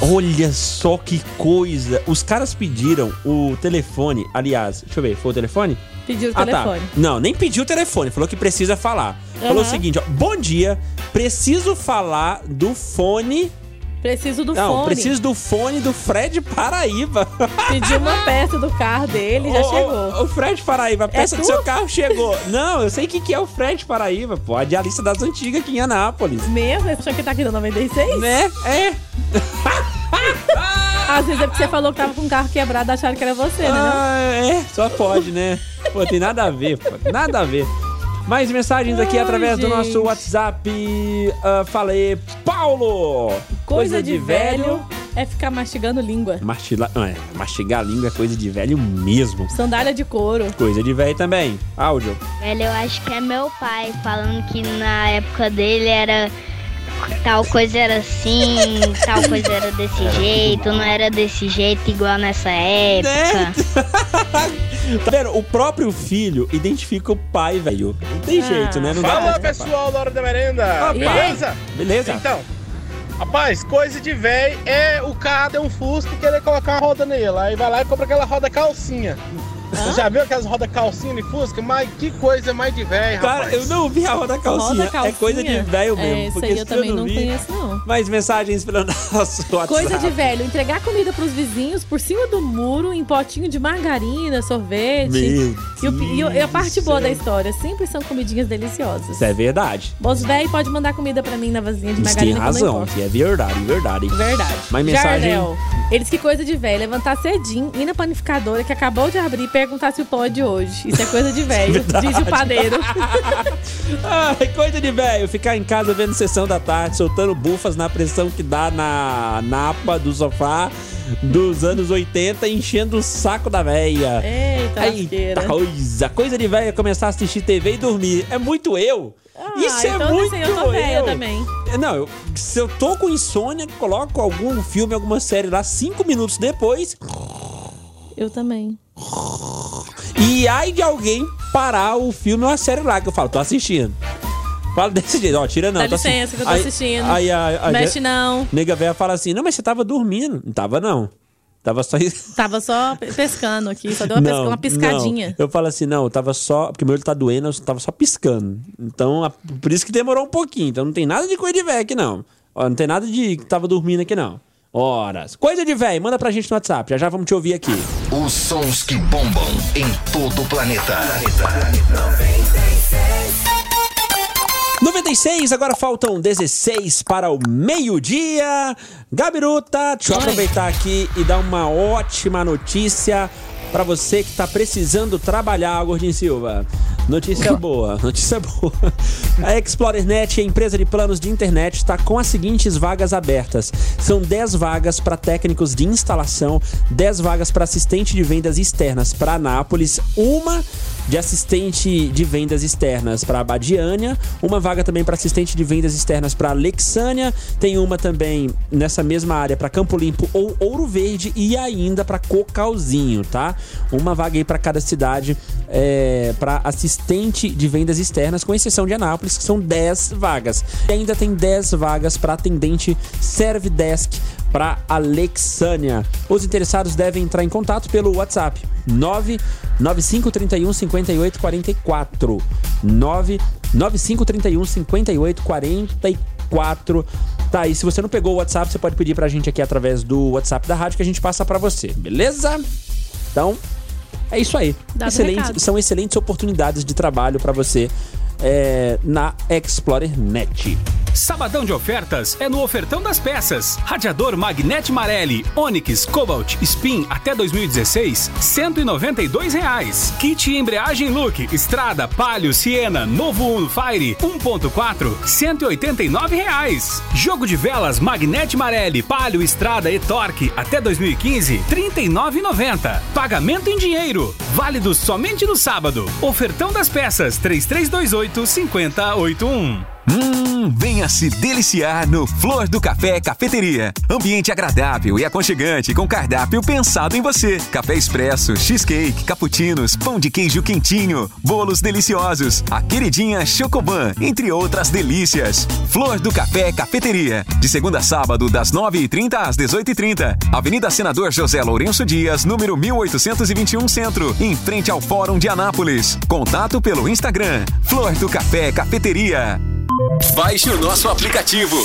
S4: Olha só que coisa. Os caras pediram o telefone. Aliás, deixa eu ver, foi o telefone? Ah, tá.
S5: Pediu o
S2: Ah, tá.
S5: telefone.
S4: Não, nem pediu o telefone. Falou que precisa falar. Falou o
S5: Aham.
S4: seguinte: ó, Bom dia, preciso falar do fone.
S5: Preciso do
S4: Não,
S5: fone.
S4: preciso do fone do Fred Paraíba.
S5: Pediu uma peça do carro dele, já
S4: Ô, ô,
S5: chegou. É
S4: O Fred Paraíba, a peça do
S5: tua?
S4: seu carro chegou. Não, eu sei o que, que é o Fred Paraíba, pô. A diarista das antigas aqui em Anápolis.
S5: Mesmo? Esse senhor que tá aqui no 96?
S4: Né? É.
S5: Às vezes é porque você falou que tava com o carro quebrado, acharam que era você, né? não?
S4: Ah, é, só pode, né? Pô, tem nada a ver, pô. Nada a ver. Mais mensagens aqui
S5: Ai,
S4: através do nosso
S5: gente.
S4: WhatsApp. Ah, fala aí, Paulo!
S5: Coisa de velho é ficar mastigando língua.
S4: Mastila... ah, é, mastigar a língua é coisa de velho mesmo.
S5: Sandália de couro.
S4: Coisa de velho também. Áudio.
S23: Velho, eu acho que é meu pai falando que na época dele era tal coisa era assim, tal coisa era desse jeito, não era desse jeito igual nessa época.
S4: Tá vendo? O próprio filho identifica o pai, velho. Não tem
S24: Ah.
S4: jeito, né? Ah, Não dá
S24: Fala
S4: pra escapar.
S24: pessoal da hora da merenda!
S4: Opa.
S24: Beleza?
S4: Beleza.
S24: Então, rapaz, coisa de véi é o cara deu um fusca e querer colocar uma roda nele. Aí vai lá e compra aquela roda calcinha. Você já viu aquelas rodas calcinha de fusca? Mas que coisa mais de véi,
S4: Cara,
S24: rapaz.
S4: eu não vi a roda calcinha.
S24: Roda calcinha?
S4: É coisa de velho
S5: É,
S4: mesmo.
S5: isso
S4: porque
S5: aí eu
S4: se
S5: também não
S4: vi-
S5: conheço, não.
S4: Mais mensagens pelo nosso WhatsApp.
S5: Coisa de velho, entregar comida pros vizinhos por cima do muro em potinho de margarina, sorvete.
S4: Meu
S5: e, o- e o- e a parte boa da
S4: céu.
S5: história, sempre são comidinhas deliciosas.
S4: Isso é verdade.
S5: Os velhos podem mandar comida pra mim na vasilha de
S4: Eles têm
S5: margarina. que eu não
S4: razão.
S5: importo.
S4: que É verdade, verdade.
S5: Verdade.
S4: Mas mensagem.
S5: Jardel, eles que coisa de velho, levantar cedinho, ir na panificadora que acabou de abrir e perguntar se o pão é de hoje. Isso é coisa de velho,
S4: Verdade.
S5: diz o padeiro.
S4: Ai, coisa de velho. Ficar em casa vendo sessão da tarde, soltando bufas na pressão que dá na napa do sofá dos anos 80, enchendo o saco da velha.
S5: Eita,
S4: Eita coisa. Coisa de velho é começar a assistir TV e dormir. É muito eu. Isso é
S5: então,
S4: muito
S5: assim, eu tô velha
S4: eu.
S5: também.
S4: Não, eu- se eu tô com insônia, coloco algum filme, alguma série lá, cinco minutos depois,
S5: Eu também.
S4: E ai de alguém parar o filme ou a série lá, que eu falo, tô assistindo. Fala desse jeito, ó, tira não.
S5: Dá
S4: tô assi-
S5: licença que eu tô
S4: Aí-
S5: assistindo.
S4: Aí, a- a-
S5: Mexe
S4: a-
S5: não.
S4: Nega velha fala assim, não, mas você tava dormindo. Não tava não. Tava só...
S5: Tava só pe- pescando aqui, só deu uma, pesca-
S4: Não,
S5: uma
S4: não.
S5: piscadinha.
S4: Eu falo assim, não, eu tava só... Porque meu olho tá doendo, eu tava só piscando. Então, a- por isso que demorou um pouquinho. Então não tem nada de coisa de velho aqui não. Ó, não tem nada de que tava dormindo aqui não. Horas. Coisa de velho, manda pra gente no WhatsApp. Já já vamos te ouvir aqui.
S1: Os sons que bombam em todo o planeta.
S4: 96, agora faltam 16 para o meio-dia. Gabiruta, deixa eu aproveitar aqui e dar uma ótima notícia para você que tá precisando trabalhar, Gordinho Silva. Notícia boa, notícia boa. A ExplorerNet, a empresa de planos de internet, está com as seguintes vagas abertas. São 10 vagas para técnicos de instalação, 10 vagas para assistente de vendas externas para Anápolis, uma de assistente de vendas externas para a Badiânia, uma vaga também para assistente de vendas externas para Alexânia, tem uma também nessa mesma área para Campo Limpo ou Ouro Verde e ainda para Cocalzinho, tá? Uma vaga aí para cada cidade é, para assistente de vendas externas, com exceção de Anápolis, que são 10 vagas. E ainda tem 10 vagas para atendente Servidesk para Alexânia. Os interessados devem entrar em contato pelo WhatsApp 99531 5844. 99531 5844. Tá, e se você não pegou o WhatsApp, você pode pedir pra gente aqui através do WhatsApp da rádio que a gente passa pra você, beleza? Então, é isso aí.
S5: Dado
S4: Excelente-
S5: o recado.
S4: são excelentes oportunidades de trabalho pra você é, na Explorer Net.
S6: Sabadão de ofertas é no Ofertão das Peças. Radiador Magnete Marelli, Onix, Cobalt, Spin até 2016, R$ 192 reais. Kit embreagem Look, Estrada, Palio, Siena, Novo Uno Fire 1.4, R$ 189 reais. Jogo de velas Magnete Marelli, Palio, Estrada e Torque até 2015, R$ 39,90. Pagamento em dinheiro, válido somente no sábado. Ofertão das Peças 3328 5081.
S7: Hum, venha se deliciar no Flor do Café Cafeteria. Ambiente agradável e aconchegante com cardápio pensado em você. Café expresso, cheesecake, cappuccinos, pão de queijo quentinho, bolos deliciosos, a queridinha Chocoban, entre outras delícias. Flor do Café Cafeteria, de segunda a sábado, das 9h30 às 18h30. Avenida Senador José Lourenço Dias, número 1821 Centro, em frente ao Fórum de Anápolis. Contato pelo Instagram, Flor do Café Cafeteria.
S9: Baixe o nosso aplicativo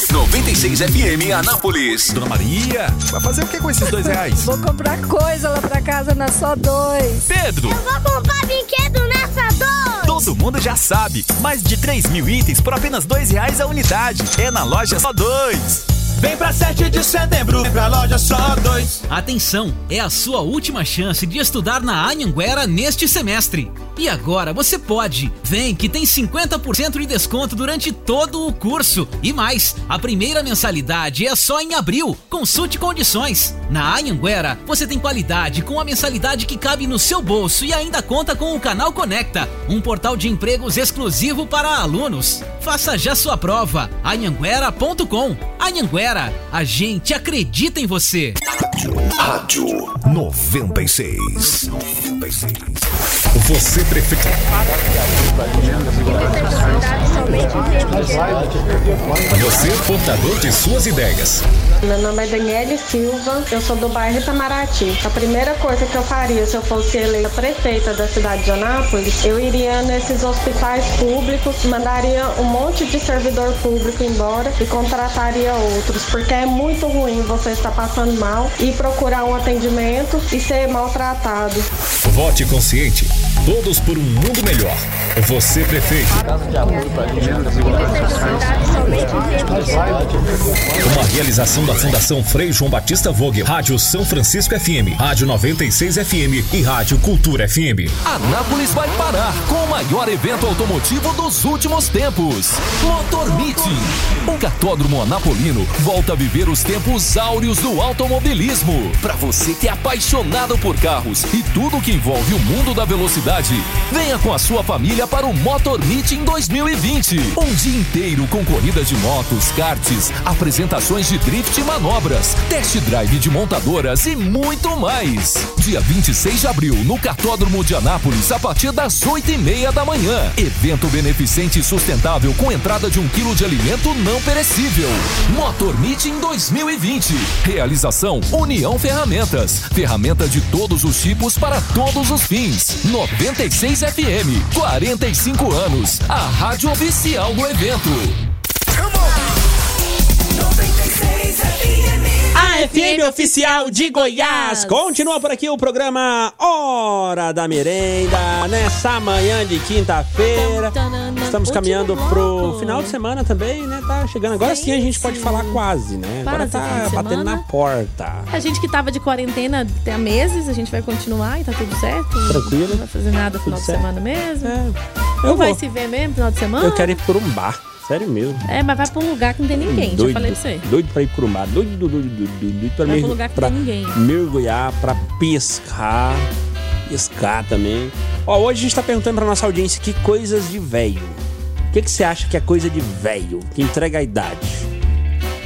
S9: 96FM Anápolis. Dona Maria, vai fazer o que com esses dois reais?
S10: Vou comprar coisa lá pra casa na só dois.
S9: Pedro,
S10: Vou comprar brinquedo nessa dor.
S9: todo mundo já sabe. Mais de 3 mil itens por apenas dois reais a unidade. É na loja só dois.
S25: Vem pra 7 de setembro, vem pra loja só dois.
S26: Atenção, é a sua última chance de estudar na Anhanguera neste semestre. E agora você pode. Vem que tem 50% de desconto durante todo o curso. E mais, a primeira mensalidade é só em abril. Consulte condições. Na Anhanguera, você tem qualidade com a mensalidade que cabe no seu bolso e ainda conta com o Canal Conecta, um portal de empregos exclusivo para alunos. Faça já sua prova. anhanguera.com. Anhanguera, a gente acredita em você.
S27: Rádio 96. Você prefere. Você portador de suas ideias.
S28: Meu nome é Daniele Silva, eu sou do bairro Itamaraty. A primeira coisa que eu faria se eu fosse eleita prefeita da cidade de Anápolis, eu iria nesses hospitais públicos, mandaria um monte de servidor público embora e contrataria outros, porque é muito ruim você estar passando mal e procurar um atendimento e ser maltratado.
S27: Vote consciente. Todos por um mundo melhor. Você prefeito. Uma realização da Fundação Frei João Batista Vogue, Rádio São Francisco FM, Rádio 96 FM e Rádio Cultura FM.
S7: Anápolis vai parar com o maior evento automotivo dos últimos tempos. Motor Meeting. O cartódromo anapolino volta a viver os tempos áureos do automobilismo. Para você que é apaixonado por carros e tudo que envolve o mundo da velocidade, venha com a sua família para o Motor Meeting 2020. Um dia inteiro com corridas de motos, karts, apresentações de drift e manobras, test drive de montadoras e muito mais. Dia 26 de abril, no Cartódromo de Anápolis, a partir das 8 e meia da manhã. Evento beneficente e sustentável com entrada de um quilo de alimento não perecível. Motor Meeting 2020. Realização União Ferramentas. Ferramenta de todos os tipos para todos os fins. 96 FM, 45 anos. A rádio oficial do evento.
S5: Ah, é
S4: A FM Oficial de Goiás. Continua por aqui o programa Hora da Merenda, nessa manhã de
S5: Tá,
S4: quinta-feira. Estamos caminhando pro final de semana também, né? Tá chegando. Agora sim a gente pode falar quase, né? Agora
S5: Quase fim
S4: tá
S5: de semana.
S4: batendo na porta.
S5: A gente que tava de quarentena até há meses, a gente vai continuar e tá tudo certo.
S4: Tranquilo.
S5: Não vai fazer nada no
S4: Tudo
S5: final de
S4: certo.
S5: semana mesmo.
S4: É. Eu
S5: Não vai
S4: vou.
S5: se ver mesmo no final de semana.
S4: Eu quero ir por um bar, sério mesmo.
S5: É, mas vai pra um lugar que não tem ninguém. Já falei pra você. um
S4: doido pra ir por um bar, doido, doido, doido, doido, doido pra,
S5: Vai
S4: mer-
S5: pra um lugar que
S4: pra
S5: tem ninguém.
S4: mergulhar, pra pescar. Ska também. Ó, hoje a gente tá perguntando pra nossa audiência que coisas de velho. O que, que você acha que é coisa de velho, que entrega a idade?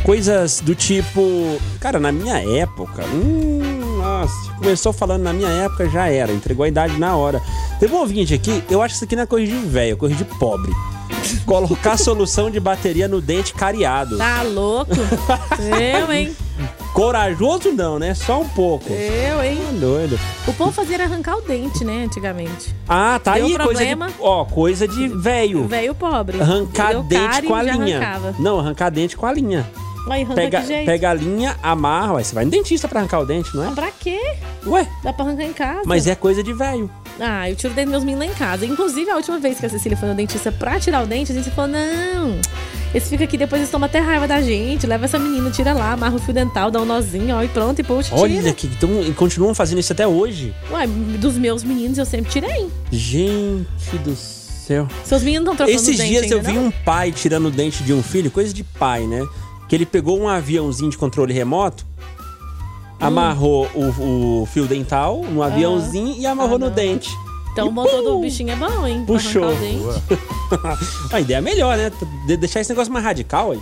S4: Coisas do tipo. Cara, na minha época. Hum, nossa. Começou falando na minha época, já era. Entregou a idade na hora. Teve um ouvinte aqui, eu acho que isso aqui não é coisa de velho, é coisa de pobre. Colocar solução de bateria no dente cariado.
S5: Tá louco? Eu, hein?
S4: Corajoso não, né? Só um pouco.
S5: Eu, hein?
S4: Tá doido.
S5: O povo fazia era arrancar o dente, né, antigamente.
S4: Ah, tá
S5: Deu
S4: aí
S5: problema.
S4: coisa de, ó, coisa de velho.
S5: Velho pobre.
S4: Arrancar
S5: Deu
S4: dente
S5: cárie,
S4: com a
S5: já
S4: linha.
S5: arrancava.
S4: Não, arrancar dente com a linha.
S5: Aí arranca
S4: Pega,
S5: de jeito.
S4: pega a linha, amarra, ué, você vai no dentista pra arrancar o dente, não é?
S5: Pra quê?
S4: Ué?
S5: Dá pra arrancar em casa.
S4: Mas é coisa de velho.
S5: Ah, eu tiro o dente dos meus meninos lá em casa. Inclusive, a última vez que a Cecília foi no dentista pra tirar o dente, a gente falou: não, esse fica aqui, depois eles tomam até raiva da gente. Leva essa menina, tira lá, amarra o fio dental, dá um nozinho, ó, e pronto, e poxa,
S4: Olha
S5: tira.
S4: que então, e continuam fazendo isso até hoje.
S5: Ué, dos meus meninos eu sempre tirei.
S4: Gente do céu.
S5: Seus meninos não trocando
S4: Esses
S5: dente
S4: dias
S5: ainda,
S4: eu vi
S5: não?
S4: um pai tirando o dente de um filho, coisa de pai, né? Que ele pegou um aviãozinho de controle remoto,
S5: Hum.
S4: amarrou o, o fio dental
S5: Ah.
S4: no aviãozinho e amarrou no dente.
S5: Então o motor do bichinho é bom, hein? Pra
S4: um- Puxou.
S5: arrancar o dente.
S4: a ideia é melhor, né? De- deixar esse negócio mais radical aí.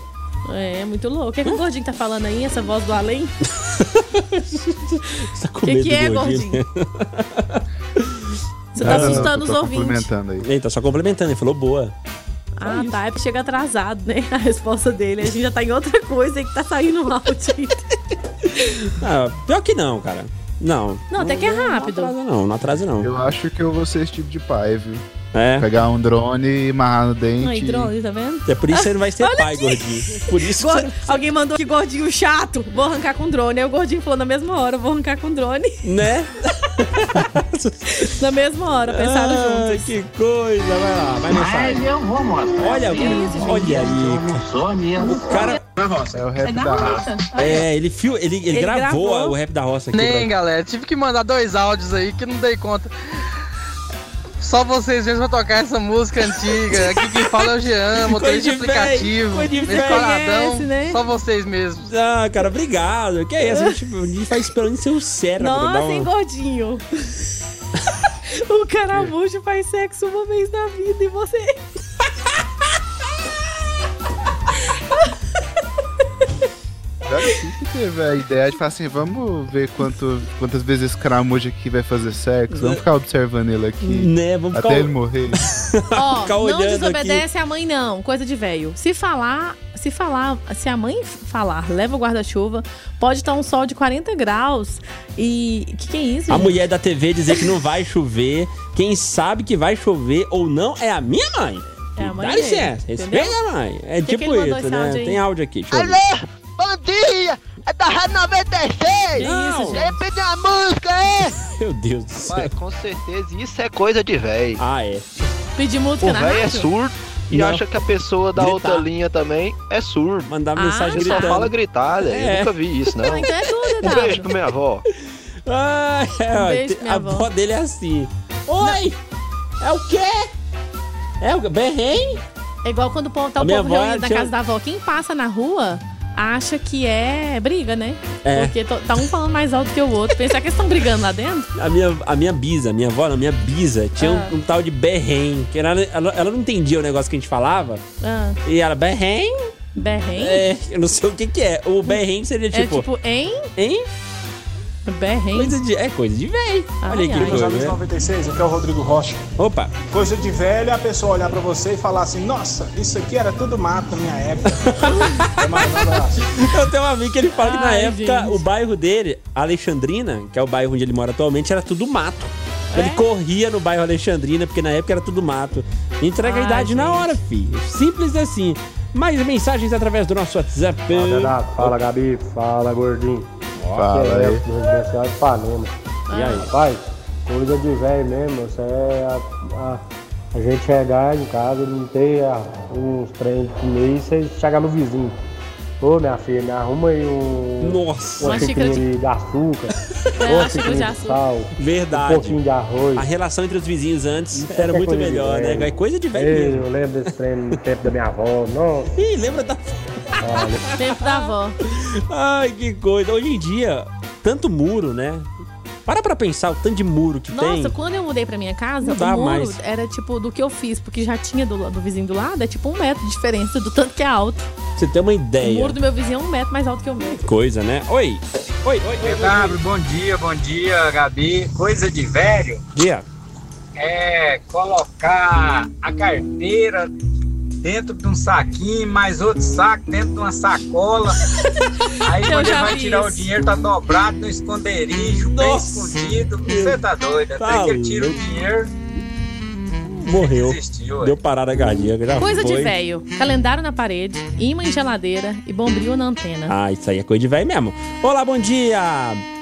S5: É, é muito louco. O que, que o gordinho tá falando aí, essa voz do além?
S4: Tá com
S5: Que
S4: medo
S5: que
S4: do
S5: é,
S4: gordinho.
S5: Você tá assustando os ouvintes.
S4: aí. Ele tá só complementando, ele falou boa.
S5: Ah, tá. É porque chega atrasado, né? A resposta dele. A gente já tá em outra coisa e que tá saindo um áudio.
S4: Ah, pior que não, cara. Não.
S5: Não, até que é rápido.
S4: Não, não atrasa não.
S17: Eu acho que eu vou ser esse tipo de pai, viu?
S4: É.
S17: Pegar um drone e amarrar no dente.
S5: Aí, drone, tá vendo?
S4: É por isso que você não vai ser
S5: Olha
S4: pai,
S5: aqui.
S4: gordinho. Por isso que
S5: Go-
S4: você...
S5: Alguém mandou que gordinho chato, vou arrancar com drone. Aí o gordinho falou na mesma hora, vou arrancar com drone.
S4: Né?
S5: na mesma hora, pensaram
S4: Ah,
S5: juntos.
S4: Que coisa, vai lá, vai mensagem.
S5: eu vou mostrar.
S4: Olha, olha aí. cara. O cara.
S17: É o
S4: rap
S12: É da da roça. roça.
S4: É, ele, fio, ele, ele,
S12: Ele
S4: gravou,
S12: gravou.
S4: o rap da roça aqui.
S12: Nem,
S4: pra-
S12: galera. Tive que mandar dois áudios aí que não dei conta. Só vocês mesmos pra tocar essa música antiga. Aqui quem fala é o Jean, motorista de
S4: Coisa de véi,
S12: aplicativo,
S4: coisa de véi.
S12: mescoladão.
S4: Conhece, né?
S12: Só vocês mesmos.
S4: Ah, cara, obrigado. Que é isso? A gente, a gente tá esperando seu cérebro.
S5: Nossa,
S4: dar um uma-
S5: hein, gordinho. o caramujo faz sexo uma vez na vida e você...
S17: Sabe assim que teve a ideia de falar assim, vamos ver quanto, quantas vezes esse caramujo aqui vai fazer sexo, vamos ficar observando ele aqui.
S4: Né, vamos
S17: Até
S4: ficar-
S17: ele morrer.
S5: Ó,
S17: Ficar
S5: não
S17: olhando
S5: desobedece a mãe, não. Coisa de velho. Se falar, se falar, se a mãe falar, leva o guarda-chuva, pode estar um sol de 40 graus. E. Que que é isso?
S4: A
S5: gente?
S4: mulher da TV dizer que não vai chover. Quem sabe que vai chover ou não é a minha mãe.
S5: É a mãe
S4: Dá
S5: dele,
S4: licença,
S5: entendeu?
S4: respeita a mãe. É
S5: Que que
S4: tipo
S5: ele mandou
S4: isso,
S5: esse
S4: né?
S5: áudio aí?
S4: Tem áudio aqui, deixa eu
S13: Alô,
S4: ver.
S13: bom dia! É da Rádio 96!
S4: Não. isso, gente?
S13: Ele pediu uma música, é?
S4: Meu Deus do céu.
S13: Ué, com certeza, isso é coisa de véi.
S4: Ah, é.
S5: Pedir música
S13: O
S5: na
S13: véi é
S5: rádio?
S13: surdo e
S4: Não.
S13: acha que a pessoa da
S4: Gritar.
S13: outra linha também é surdo.
S4: Mandar
S5: mensagem
S13: Ele só
S5: gritando.
S13: fala gritalha,
S4: É.
S13: eu nunca vi isso, não.
S5: Não, então é tudo,
S13: Um beijo
S5: Eduardo.
S13: pra minha avó.
S4: Ah, é, ó,
S5: Um beijo,
S4: te-
S5: minha
S4: a
S5: avó.
S4: avó dele é assim. Oi! É o quê? É o berrém?
S5: É igual quando o povo tá
S4: A
S5: o
S4: minha
S5: povo
S4: avó
S5: reunido na
S4: tinha-
S5: casa da avó. Quem passa na rua acha que é briga, né?
S4: É.
S5: Porque to- tá um falando mais alto que o outro. Pensar que eles estão brigando lá dentro?
S4: A minha, a minha bisa, minha avó, não, minha bisa, tinha um-
S5: Ah.
S4: um, tal de berrém. Que ela, ela, ela não entendia o negócio que a gente falava.
S5: Ah,
S4: E ela, berrém?
S5: berrém?
S4: É, eu não sei o que que é. O berrém seria
S5: É
S4: tipo...
S5: tipo, hein?
S4: Hein?
S5: Berrém.
S4: Coisa de, é coisa de velho. Olha
S5: Ai,
S4: aqui,
S5: ai.
S4: que
S11: Meus
S4: coisa,
S11: amigos
S4: né?
S11: 96, aqui é o Rodrigo Rocha.
S4: Opa.
S11: Coisa de velho é a pessoa olhar pra você e falar assim: Nossa, isso aqui era tudo mato na minha época.
S4: Eu tenho um amigo que ele fala que na
S11: Ai,
S4: época
S11: gente.
S4: o bairro dele, Alexandrina, que é o bairro onde ele mora atualmente, era tudo mato.
S5: É?
S4: Ele corria no bairro Alexandrina, porque na época era tudo mato. Entrega
S5: Ah,
S11: Ai,
S4: a idade na
S11: gente.
S4: hora, filho. Simples assim. Mais mensagens através do nosso WhatsApp.
S15: Fala, Renato. Fala, Gabi. Fala, gordinho.
S4: Fala
S15: Aqui é
S4: aí.
S15: Elcio, do Residencial de Ipanema.
S4: E aí?
S15: Rapaz, um coisa de velho mesmo. Isso é a, a- a gente chegar em casa e não ter a- uns trem de comer e você chegar no vizinho. Ô, minha filha, me arruma aí um...
S4: Nossa.
S15: Uma
S4: Uma xícara
S15: xícara
S4: de-
S15: de açúcar.
S4: É,
S15: uma
S4: uma xícara de
S15: xícara de
S4: açúcar.
S15: sal.
S4: Verdade.
S15: Um pouquinho de arroz.
S4: A relação entre os vizinhos antes era
S15: Qualquer
S4: muito
S15: coisa de
S4: melhor,
S15: velho.
S4: né? É coisa de velho
S15: Ei,
S4: mesmo.
S15: Eu lembro desse trem no tempo da minha avó. Nossa.
S4: Ih, lembra da.
S15: Olha.
S5: Tempo da avó.
S4: Ai, que coisa. Hoje em dia, tanto muro, né? Para pra pensar o tanto de muro que tem.
S5: Nossa, quando eu mudei pra minha casa,
S4: Não dá
S5: o muro
S4: mais.
S5: era tipo do que eu fiz, porque já tinha do, la- do vizinho do lado, é tipo um metro de diferença do tanto que é alto.
S4: Você tem uma
S5: O
S4: ideia.
S5: muro do meu vizinho é um metro mais alto que o meu.
S4: Coisa, né? Oi. Oi, oi,
S6: PW, bom dia, bom dia, Gabi. Coisa de velho
S4: Dia.
S6: é colocar a carteira dentro de um saquinho, mais outro saco dentro de uma sacola. Aí
S5: Eu
S6: quando
S5: já
S6: vai
S5: vi
S6: tirar o
S5: isso.
S6: dinheiro, tá dobrado no esconderijo, bem escondido. Você tá doida.
S4: Tá
S6: Até que ele tira o
S4: louco.
S6: dinheiro.
S4: Morreu.
S6: Desistiu,
S4: Deu parada cardíaca. Já
S5: Coisa de
S4: Ah, foi.
S5: velho. Calendário na parede, imã em geladeira e bombril na antena.
S4: Ah, isso aí é coisa de velho mesmo. Olá, bom dia!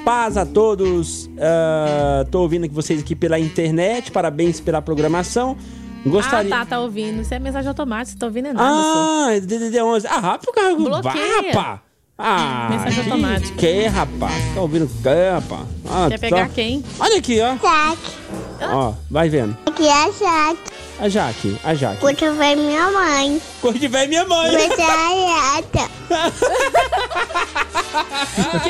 S4: Paz a todos! Ah, tô ouvindo aqui vocês aqui pela internet, parabéns pela programação. Gostaria.
S5: Ah, tá, tá ouvindo. Isso é mensagem automática, tô ouvindo é nada. só.
S4: Ah, DDD11. Ah, rápido, cara. Vá,
S5: Bloqueia.
S4: pá. Ah,
S5: Mensagem
S4: que
S5: automática.
S4: Que, rapaz? Tá ouvindo que, rapaz? Ah,
S5: Quer pegar Ah.
S4: tá.
S5: quem?
S4: Olha aqui, ó. Ó, vai vendo.
S23: Aqui é a Jaque.
S4: A Jaque, a Jaque.
S23: Porque vai minha mãe.
S4: Coisa de velho minha mãe.
S23: Você é a gata.
S5: que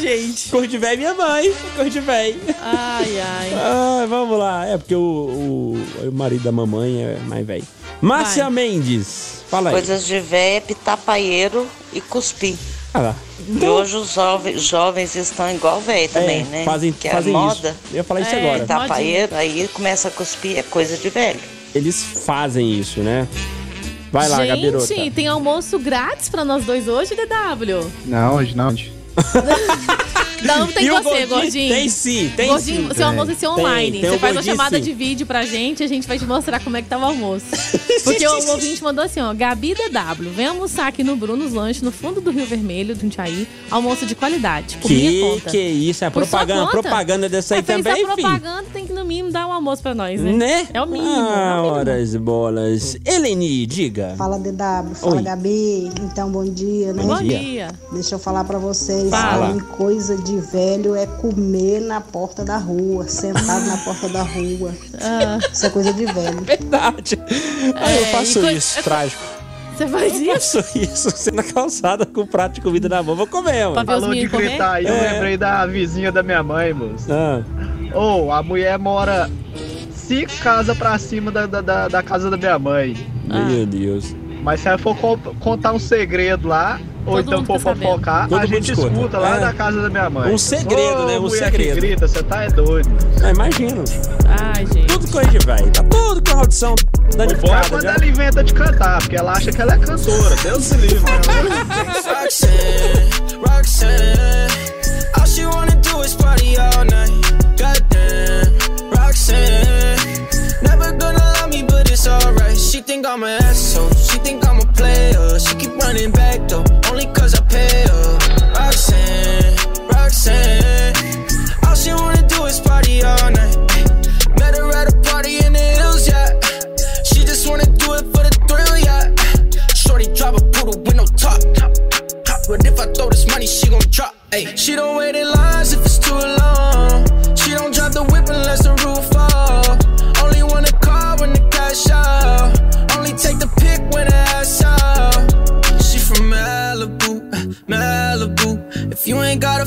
S5: gente?
S4: Cor de velho minha mãe. Cor de velho.
S5: Ai, ai.
S4: Ah, vamos lá. É porque o, o, o marido da mamãe é mais velho. Márcia Mendes, fala aí.
S14: Coisas de véia, pitar paieiro e cuspir.
S4: Ah, lá.
S14: E hoje os jove- jovens estão igual véia também, né?
S4: fazem-
S14: que
S4: fazem
S14: é
S4: isso.
S14: moda.
S4: Eu ia falar isso É, agora.
S14: Pitar
S4: modinha.
S14: paieiro, aí começa a cuspir, é coisa de velho.
S4: Eles fazem isso, né? Vai lá, Gabirota.
S5: Gente, tem almoço grátis pra nós dois hoje, DW?
S17: Não, hoje não. Hoje.
S5: Não, um tem
S17: E o
S5: você,
S17: gordinho?
S5: gordinho.
S17: Tem sim, tem
S5: gordinho,
S17: sim.
S5: Seu almoço é
S17: Tem,
S5: seu online.
S17: tem, tem
S5: você faz
S17: o
S5: uma
S17: gordinho
S5: chamada
S17: sim.
S5: de vídeo pra gente, a gente vai te mostrar como é que tava o almoço. Porque o ouvinte mandou assim, ó, Gabi DW, vem almoçar aqui no Bruno's Lanche, no fundo do Rio Vermelho, do Jundiaí, almoço de qualidade, por minha
S4: Que
S5: conta. É,
S4: que isso? É
S5: Por sua
S4: propaganda.
S5: conta?
S4: Propaganda dessa aí
S5: Mas fez
S4: também,
S5: a
S4: filho.
S5: propaganda, tem que no mínimo dar um almoço pra nós, né?
S4: Né?
S5: É o mínimo.
S4: Ah, horas bolas. Eleni, diga.
S28: Fala DW, fala
S4: Oi.
S28: Gabi. Então, bom dia, né?
S4: Bom Bom dia.
S28: Deixa eu falar pra vocês.
S4: Fala.
S28: Falando em coisa de velho é comer na porta da rua, sentado na porta da rua.
S5: Ah.
S28: Isso é coisa de velho.
S4: Verdade. Ah, eu
S28: É,
S4: faço
S28: e coi-
S4: isso, trágico.
S5: Você faz
S4: Eu faço isso, você na calçada com o prato de comida na mão. Vou comer, mano.
S19: Falou de gritar aí, eu lembrei da vizinha da minha mãe, moço.
S4: Ah.
S19: Ou a mulher mora cinco casas pra cima da, da, da- da casa da minha mãe.
S4: Meu Deus.
S19: Mas se ela for co- contar um segredo lá, ou
S4: Todo
S19: então
S4: mundo
S19: for
S4: fica sabendo.
S19: fofocar,
S4: Todo
S19: a
S4: mundo
S19: gente
S4: escuta.
S19: escuta, lá
S4: É.
S19: da casa da minha mãe.
S4: Um segredo,
S19: Ô,
S4: né? Um
S19: mulher
S4: segredo.
S19: Que grita, você tá é doido.
S4: Ah, imagino.
S5: Ai, gente.
S4: Tudo coisa de velho. Tá tudo com a audição
S19: Fora
S4: danificada.
S19: quando
S4: já.
S19: ela inventa de cantar, porque ela acha que ela é cantora. Deus se livre. né?
S12: Roxanne, Roxanne. All she wanna do is party all night. Goddamn, Roxanne. Never gonna love me, but it's alright. She think I'm an asshole. She think I'm a player. She keep running back though, only cause I pay her. Roxanne, Roxanne. All she wanna do is party all night. Met her at a party in the hills, yeah. She just wanna do it for the thrill, yeah. Shorty drive a poodle with no top. But if I throw this money, she gon' drop. Ay. She don't wait in lines if it's too long. She don't drive the whip unless the roof off. Only wanna call when the cash out. Only take the pick when the ass out. She from Malibu, Malibu. If you ain't got a